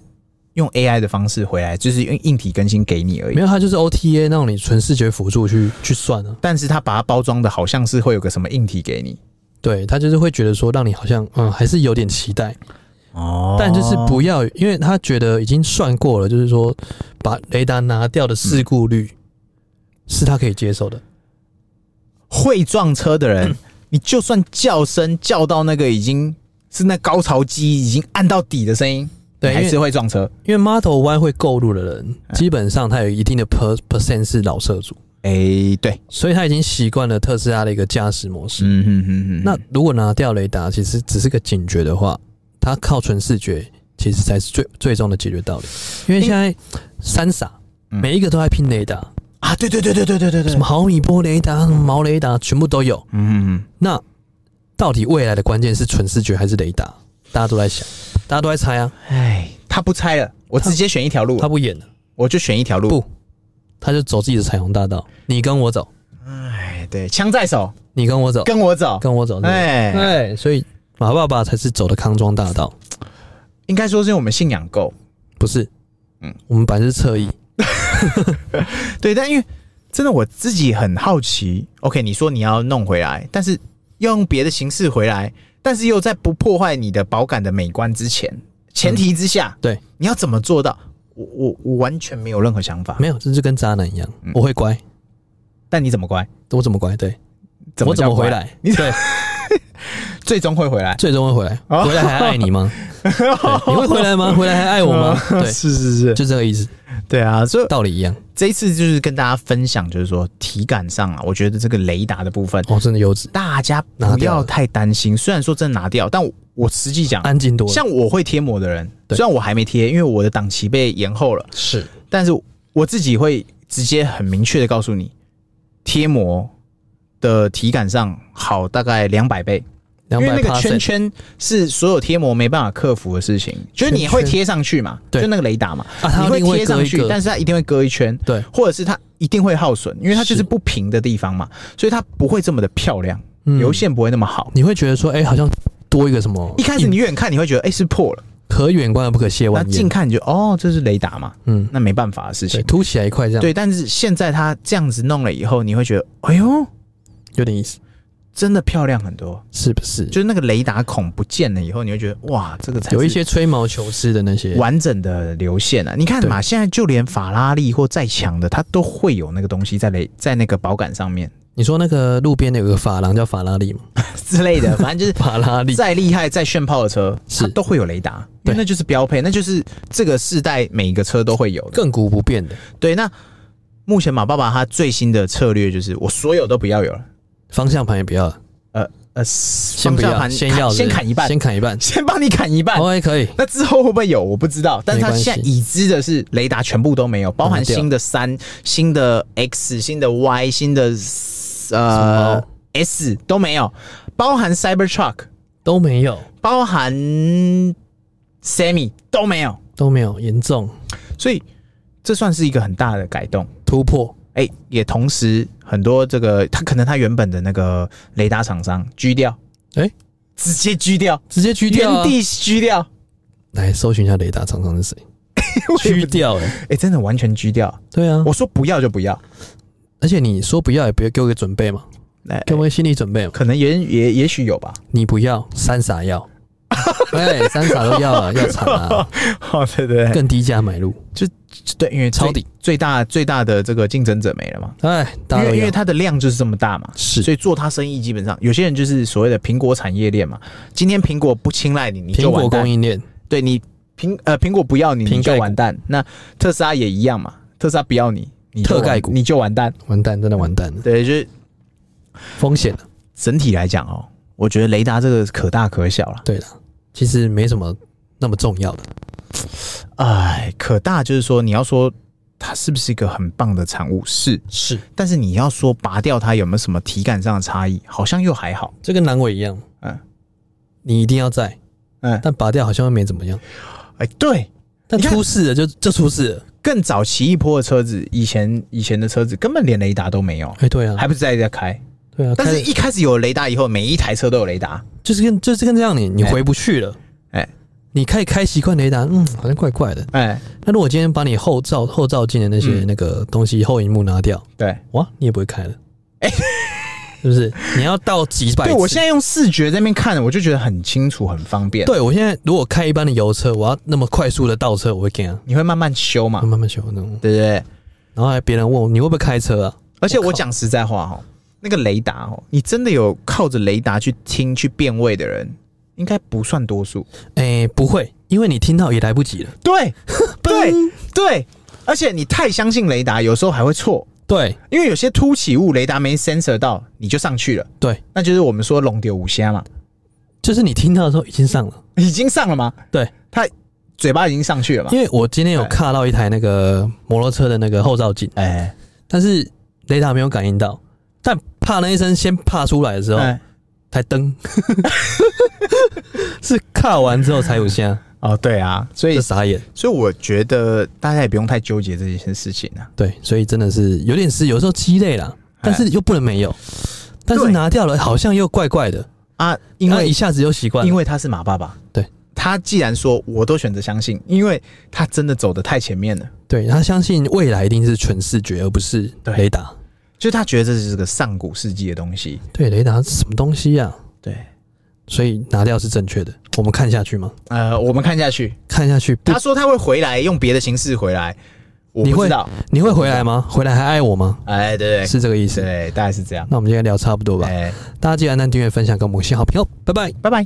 [SPEAKER 2] 用 AI 的方式回来，就是用硬体更新给你而已
[SPEAKER 1] 没？有，它就是 OTA 让你纯视觉辅助去去算啊。
[SPEAKER 2] 但是他把它包装的好像是会有个什么硬体给你
[SPEAKER 1] 对，它就是会觉得说，让你好像嗯，还是有点期待，
[SPEAKER 2] 哦
[SPEAKER 1] 但就是不要，因为他觉得已经算过了，就是说把雷达拿掉的事故率是他可以接受的。
[SPEAKER 2] 会撞车的 人，你就算叫声叫到那个已经是那高潮机已经按到底的声音，
[SPEAKER 1] 对，因
[SPEAKER 2] 还
[SPEAKER 1] 为
[SPEAKER 2] 是会撞车。
[SPEAKER 1] 因为 Model Y 会购入的人，基本上他有一定的 per percent 是老车主，
[SPEAKER 2] 哎、对，
[SPEAKER 1] 所以他已经习惯了特斯拉的一个驾驶模式。
[SPEAKER 2] 嗯哼哼哼，
[SPEAKER 1] 那如果拿掉雷达，其实只是个警觉的话，它靠纯视觉其实才是最最终的解决道理。因为现在三傻
[SPEAKER 2] 嗯
[SPEAKER 1] 每一个都在拼雷达，
[SPEAKER 2] 啊，对对对对对对对对，
[SPEAKER 1] 什么？毫米波雷达、什么毛雷达，全部都有。
[SPEAKER 2] 嗯
[SPEAKER 1] 那到底未来的关键是纯视觉还是雷达？大家都在想，大家都在猜啊
[SPEAKER 2] 哼。哼，哎，他不猜了，我直接选一条路了
[SPEAKER 1] 他不演了，
[SPEAKER 2] 我就选一条路。
[SPEAKER 1] 不他就走自己的彩虹大道，你跟我走，
[SPEAKER 2] 哎，对，枪在手，
[SPEAKER 1] 你跟我走，
[SPEAKER 2] 跟我走。
[SPEAKER 1] 跟我走。对不对
[SPEAKER 2] 哎，
[SPEAKER 1] 哎，所以马爸爸才是走的康庄大道，
[SPEAKER 2] 应该说是我们信仰够。
[SPEAKER 1] 不是？
[SPEAKER 2] 嗯
[SPEAKER 1] 嗯，我们本来是侧翼，
[SPEAKER 2] 对，但因为真的我自己很好奇。OK，你说你要弄回来，但是要用别的形式回来，但是又在不破坏你的保感的美观之前前提之下，
[SPEAKER 1] 嗯对，
[SPEAKER 2] 你要怎么做到？我我我完全没有任何想法。
[SPEAKER 1] 没有，这就跟渣男一样，我会乖，
[SPEAKER 2] 但你怎么乖？
[SPEAKER 1] 我怎么乖？对，
[SPEAKER 2] 怎
[SPEAKER 1] 我
[SPEAKER 2] 么
[SPEAKER 1] 怎
[SPEAKER 2] 叫
[SPEAKER 1] 么
[SPEAKER 2] 乖
[SPEAKER 1] 回？来？
[SPEAKER 2] 你
[SPEAKER 1] 对，
[SPEAKER 2] 最终会回来。
[SPEAKER 1] 最终会回来，
[SPEAKER 2] 哦
[SPEAKER 1] 回来还爱你吗？对你会回来 吗？回来还爱我吗？对，
[SPEAKER 2] 是是是，
[SPEAKER 1] 就这个意思，
[SPEAKER 2] 对啊，所以
[SPEAKER 1] 道理一样。
[SPEAKER 2] 这一次就是跟大家分享，就是说体感上啊，我觉得这个雷达的部分，
[SPEAKER 1] 哦，真的优质，
[SPEAKER 2] 大家
[SPEAKER 1] 拿
[SPEAKER 2] 不
[SPEAKER 1] 掉
[SPEAKER 2] 要
[SPEAKER 1] 了
[SPEAKER 2] 太担心。虽然说真的拿掉，但我我实际讲，
[SPEAKER 1] 安静多了。
[SPEAKER 2] 啊像我会贴膜的人，
[SPEAKER 1] 对
[SPEAKER 2] 虽然我还没贴，因为我的档期被延后了，
[SPEAKER 1] 是
[SPEAKER 2] 但是我自己会直接很明确的告诉你，贴膜的体感上好大概两百倍，因
[SPEAKER 1] 两
[SPEAKER 2] 为
[SPEAKER 1] 百
[SPEAKER 2] 那个
[SPEAKER 1] p
[SPEAKER 2] 圈圈是所有贴膜没办法克服的事情，就是你会贴上去嘛，
[SPEAKER 1] 对
[SPEAKER 2] 就那个雷达嘛，
[SPEAKER 1] 啊它
[SPEAKER 2] 你会
[SPEAKER 1] 另外
[SPEAKER 2] 贴上
[SPEAKER 1] 割一
[SPEAKER 2] 去
[SPEAKER 1] 个，
[SPEAKER 2] 但是它一定会割一圈，
[SPEAKER 1] 对，
[SPEAKER 2] 或者是它一定会耗损，因为它就是
[SPEAKER 1] 是
[SPEAKER 2] 不平的地方嘛，所以它不会这么的漂亮，
[SPEAKER 1] 嗯
[SPEAKER 2] 流线不会那么好。
[SPEAKER 1] 你会觉得说，哎、好像多一个什么？
[SPEAKER 2] 一开始你远看你会觉得哎、是破了，
[SPEAKER 1] 可远观而不可亵
[SPEAKER 2] 那
[SPEAKER 1] 玩
[SPEAKER 2] 近
[SPEAKER 1] 焉，
[SPEAKER 2] 看你就哦这是雷达嘛，
[SPEAKER 1] 嗯，
[SPEAKER 2] 那没办法的事
[SPEAKER 1] 对，
[SPEAKER 2] 情。
[SPEAKER 1] 凸起来一块这样，
[SPEAKER 2] 对，但是现在它这样子弄了以后，你会觉得哎呦
[SPEAKER 1] 有点意思，
[SPEAKER 2] 真的漂亮很多，
[SPEAKER 1] 是不是？
[SPEAKER 2] 就是那个雷达孔不见了以后，你会觉得哇这个才
[SPEAKER 1] 有一
[SPEAKER 2] 是
[SPEAKER 1] 些吹毛求疵的那些，
[SPEAKER 2] 完整的流线啊！你看嘛，现在就连法拉利或再强的，它都会有那个东西在雷在那个保杆上面
[SPEAKER 1] 你说那个路边有个法郎叫法拉利嘛？
[SPEAKER 2] 之类 的，反正就是。
[SPEAKER 1] 法拉利，
[SPEAKER 2] 再厉害、再炫炮的车，
[SPEAKER 1] 是
[SPEAKER 2] 它都会有雷达，因
[SPEAKER 1] 对
[SPEAKER 2] 为那就是标配，那就是这个世代每个车都会有的。
[SPEAKER 1] 亘古不变的
[SPEAKER 2] 对，那目前马爸爸他最新的策略就是，我所有都不要有了，
[SPEAKER 1] 方向盘也不要了，
[SPEAKER 2] 呃呃，
[SPEAKER 1] 先
[SPEAKER 2] 先
[SPEAKER 1] 不要，
[SPEAKER 2] 盘
[SPEAKER 1] 先
[SPEAKER 2] 砍
[SPEAKER 1] 要
[SPEAKER 2] 先
[SPEAKER 1] 是
[SPEAKER 2] 砍一半，
[SPEAKER 1] 先砍一半
[SPEAKER 2] 先帮你砍一半。
[SPEAKER 1] ，OK 可以，
[SPEAKER 2] 那之后会不会有？我不知道。但是它
[SPEAKER 1] 没关系
[SPEAKER 2] 现在已知的是雷达全部都没有，包含
[SPEAKER 1] 拿掉
[SPEAKER 2] 新的三、新的 X、新的 Y、新的呃
[SPEAKER 1] 么
[SPEAKER 2] S 都没有，包含 Cybertruck、
[SPEAKER 1] 都没有
[SPEAKER 2] 包含 Semi 都没有，
[SPEAKER 1] 都没有严重
[SPEAKER 2] 所以这算是一个很大的改动。
[SPEAKER 1] 突破，
[SPEAKER 2] 哎、也同时很多这个，它可能它原本的那个雷达厂商狙掉，
[SPEAKER 1] 哎
[SPEAKER 2] 直接狙掉，
[SPEAKER 1] 直接狙掉啊
[SPEAKER 2] 原！地狙掉，
[SPEAKER 1] 来搜寻一下雷达厂商是谁，狙掉哎，
[SPEAKER 2] 哎、真的完全狙掉。
[SPEAKER 1] 对啊，
[SPEAKER 2] 我说不要就不要，
[SPEAKER 1] 而且你说不要也不要给我个准备嘛，
[SPEAKER 2] 来
[SPEAKER 1] 给我个心理准备嘛，
[SPEAKER 2] 可能也也也许有吧。
[SPEAKER 1] 你不要三傻要，哎，三傻都要啊，要惨啊，
[SPEAKER 2] 哦，对对对
[SPEAKER 1] 更低价买入，
[SPEAKER 2] 对，因为最
[SPEAKER 1] 抄底，
[SPEAKER 2] 最大最大的这个竞争者没了嘛，
[SPEAKER 1] 哎，
[SPEAKER 2] 因
[SPEAKER 1] 大家都
[SPEAKER 2] 为因为
[SPEAKER 1] 要
[SPEAKER 2] 它的量就是这么大嘛，
[SPEAKER 1] 是
[SPEAKER 2] 所以做它生意基本上有些人就是所谓的苹果产业链嘛。今天苹果不青睐你，你就
[SPEAKER 1] 苹
[SPEAKER 2] 完
[SPEAKER 1] 果供
[SPEAKER 2] 蛋。
[SPEAKER 1] 应链
[SPEAKER 2] 对你苹呃苹果不要你，
[SPEAKER 1] 瓶盖
[SPEAKER 2] 你就
[SPEAKER 1] 股
[SPEAKER 2] 完蛋。那特斯拉也一样嘛，特斯拉不要你，你就
[SPEAKER 1] 特
[SPEAKER 2] 完
[SPEAKER 1] 盖股
[SPEAKER 2] 你就完蛋。
[SPEAKER 1] 完蛋，真的完蛋了，
[SPEAKER 2] 对，就是
[SPEAKER 1] 风险了，
[SPEAKER 2] 整体来讲哦，我觉得雷达这个可大可小了。
[SPEAKER 1] 对了，其实没什么那么重要的，
[SPEAKER 2] 哎，可大就是说你要说它是不是一个很棒的产物是。
[SPEAKER 1] 是
[SPEAKER 2] 但是你要说拔掉它有没有什么体感上的差异，好像又还好。
[SPEAKER 1] 这跟阑尾一样，
[SPEAKER 2] 嗯
[SPEAKER 1] 你一定要在，
[SPEAKER 2] 嗯，
[SPEAKER 1] 但拔掉好像又没怎么样，
[SPEAKER 2] 哎，对，
[SPEAKER 1] 但
[SPEAKER 2] 你看
[SPEAKER 1] 出事了就就出事了，
[SPEAKER 2] 更早期一波的车子，以前以前的车子根本连雷达都没有，
[SPEAKER 1] 哎、对啊
[SPEAKER 2] 还，不是在在开。
[SPEAKER 1] 对啊，
[SPEAKER 2] 但
[SPEAKER 1] 开
[SPEAKER 2] 是
[SPEAKER 1] 始
[SPEAKER 2] 一开始有雷达以后，每一台车都有雷达。
[SPEAKER 1] 就是跟就是跟这样你你
[SPEAKER 2] 哎
[SPEAKER 1] 回不去了，
[SPEAKER 2] 哎
[SPEAKER 1] 你可以开习惯雷达，嗯，好像怪怪的。
[SPEAKER 2] 哎，
[SPEAKER 1] 那如果今天把你后照后照镜的那些
[SPEAKER 2] 嗯
[SPEAKER 1] 那个东西后荧幕拿掉，
[SPEAKER 2] 对，
[SPEAKER 1] 哇，你也不会开了，是不是？你要到几百次？
[SPEAKER 2] 哎对我现在用视觉在那边看，我就觉得很清楚，很方便。，
[SPEAKER 1] 对我现在如果开一般的油车，我要那么快速的倒车，我会给啊，
[SPEAKER 2] 你会慢慢修嘛，
[SPEAKER 1] 慢慢修那种。
[SPEAKER 2] 对不对？
[SPEAKER 1] 然后还别人问我你会不会开车啊？
[SPEAKER 2] 而且我讲实在话哦，那个雷达哦，你真的有靠着雷达去听去辨位的人，应该不算多数。
[SPEAKER 1] 哎、不会，因为你听到也来不及了。
[SPEAKER 2] 对 对
[SPEAKER 1] 嘣
[SPEAKER 2] 对，而且你太相信雷达，有时候还会错，
[SPEAKER 1] 对
[SPEAKER 2] 因为有些凸起物雷达没 sensor 到，你就上去了，
[SPEAKER 1] 对，
[SPEAKER 2] 那就是我们说龙丢五虾嘛，
[SPEAKER 1] 就是你听到的时候已经上了。
[SPEAKER 2] 已经上了吗？
[SPEAKER 1] 对，
[SPEAKER 2] 它嘴巴已经上去了嘛？
[SPEAKER 1] 因为我今天有
[SPEAKER 2] 对
[SPEAKER 1] 看到一台那个摩托车的那个后照镜，
[SPEAKER 2] 哎
[SPEAKER 1] 但是雷达没有感应到，但啪那一声先啪出来的时候，
[SPEAKER 2] 哎
[SPEAKER 1] 才灯， 是卡完之后才有 香，
[SPEAKER 2] 哦，对啊，所以
[SPEAKER 1] 这傻眼。
[SPEAKER 2] 所以我觉得大家也不用太纠结这件事情啊。
[SPEAKER 1] 对，所以真的是有点是有时候鸡肋啦，
[SPEAKER 2] 哎
[SPEAKER 1] 但是又不能没有，但是
[SPEAKER 2] 对
[SPEAKER 1] 拿掉了好像又怪怪的，
[SPEAKER 2] 啊，因
[SPEAKER 1] 啊
[SPEAKER 2] 为
[SPEAKER 1] 一下子又习惯了，
[SPEAKER 2] 因为他是马爸爸，
[SPEAKER 1] 对
[SPEAKER 2] 他既然说我都选择相信，因为他真的走的太前面了，
[SPEAKER 1] 对他相信未来一定是纯视觉而不是
[SPEAKER 2] 对
[SPEAKER 1] 雷达。
[SPEAKER 2] 就是他觉得这是个上古世纪的东西。
[SPEAKER 1] 对，雷达是什么东西啊呀、
[SPEAKER 2] 对，
[SPEAKER 1] 所以拿掉是正确的。我们看下去吗？
[SPEAKER 2] 呃，我们看下去，
[SPEAKER 1] 看下去不
[SPEAKER 2] 他？说他会回来，用别的形式回来，我
[SPEAKER 1] 你
[SPEAKER 2] 不
[SPEAKER 1] 会
[SPEAKER 2] 知道。
[SPEAKER 1] 你会回来吗？回来还爱我吗？
[SPEAKER 2] 哎，对对
[SPEAKER 1] 是这个意思。
[SPEAKER 2] 对，大概是这样。
[SPEAKER 1] 那我们今天聊差不多吧。
[SPEAKER 2] 哎，
[SPEAKER 1] 大家记得按赞、订阅、分享给我们五星好评哦，拜拜。
[SPEAKER 2] 拜拜。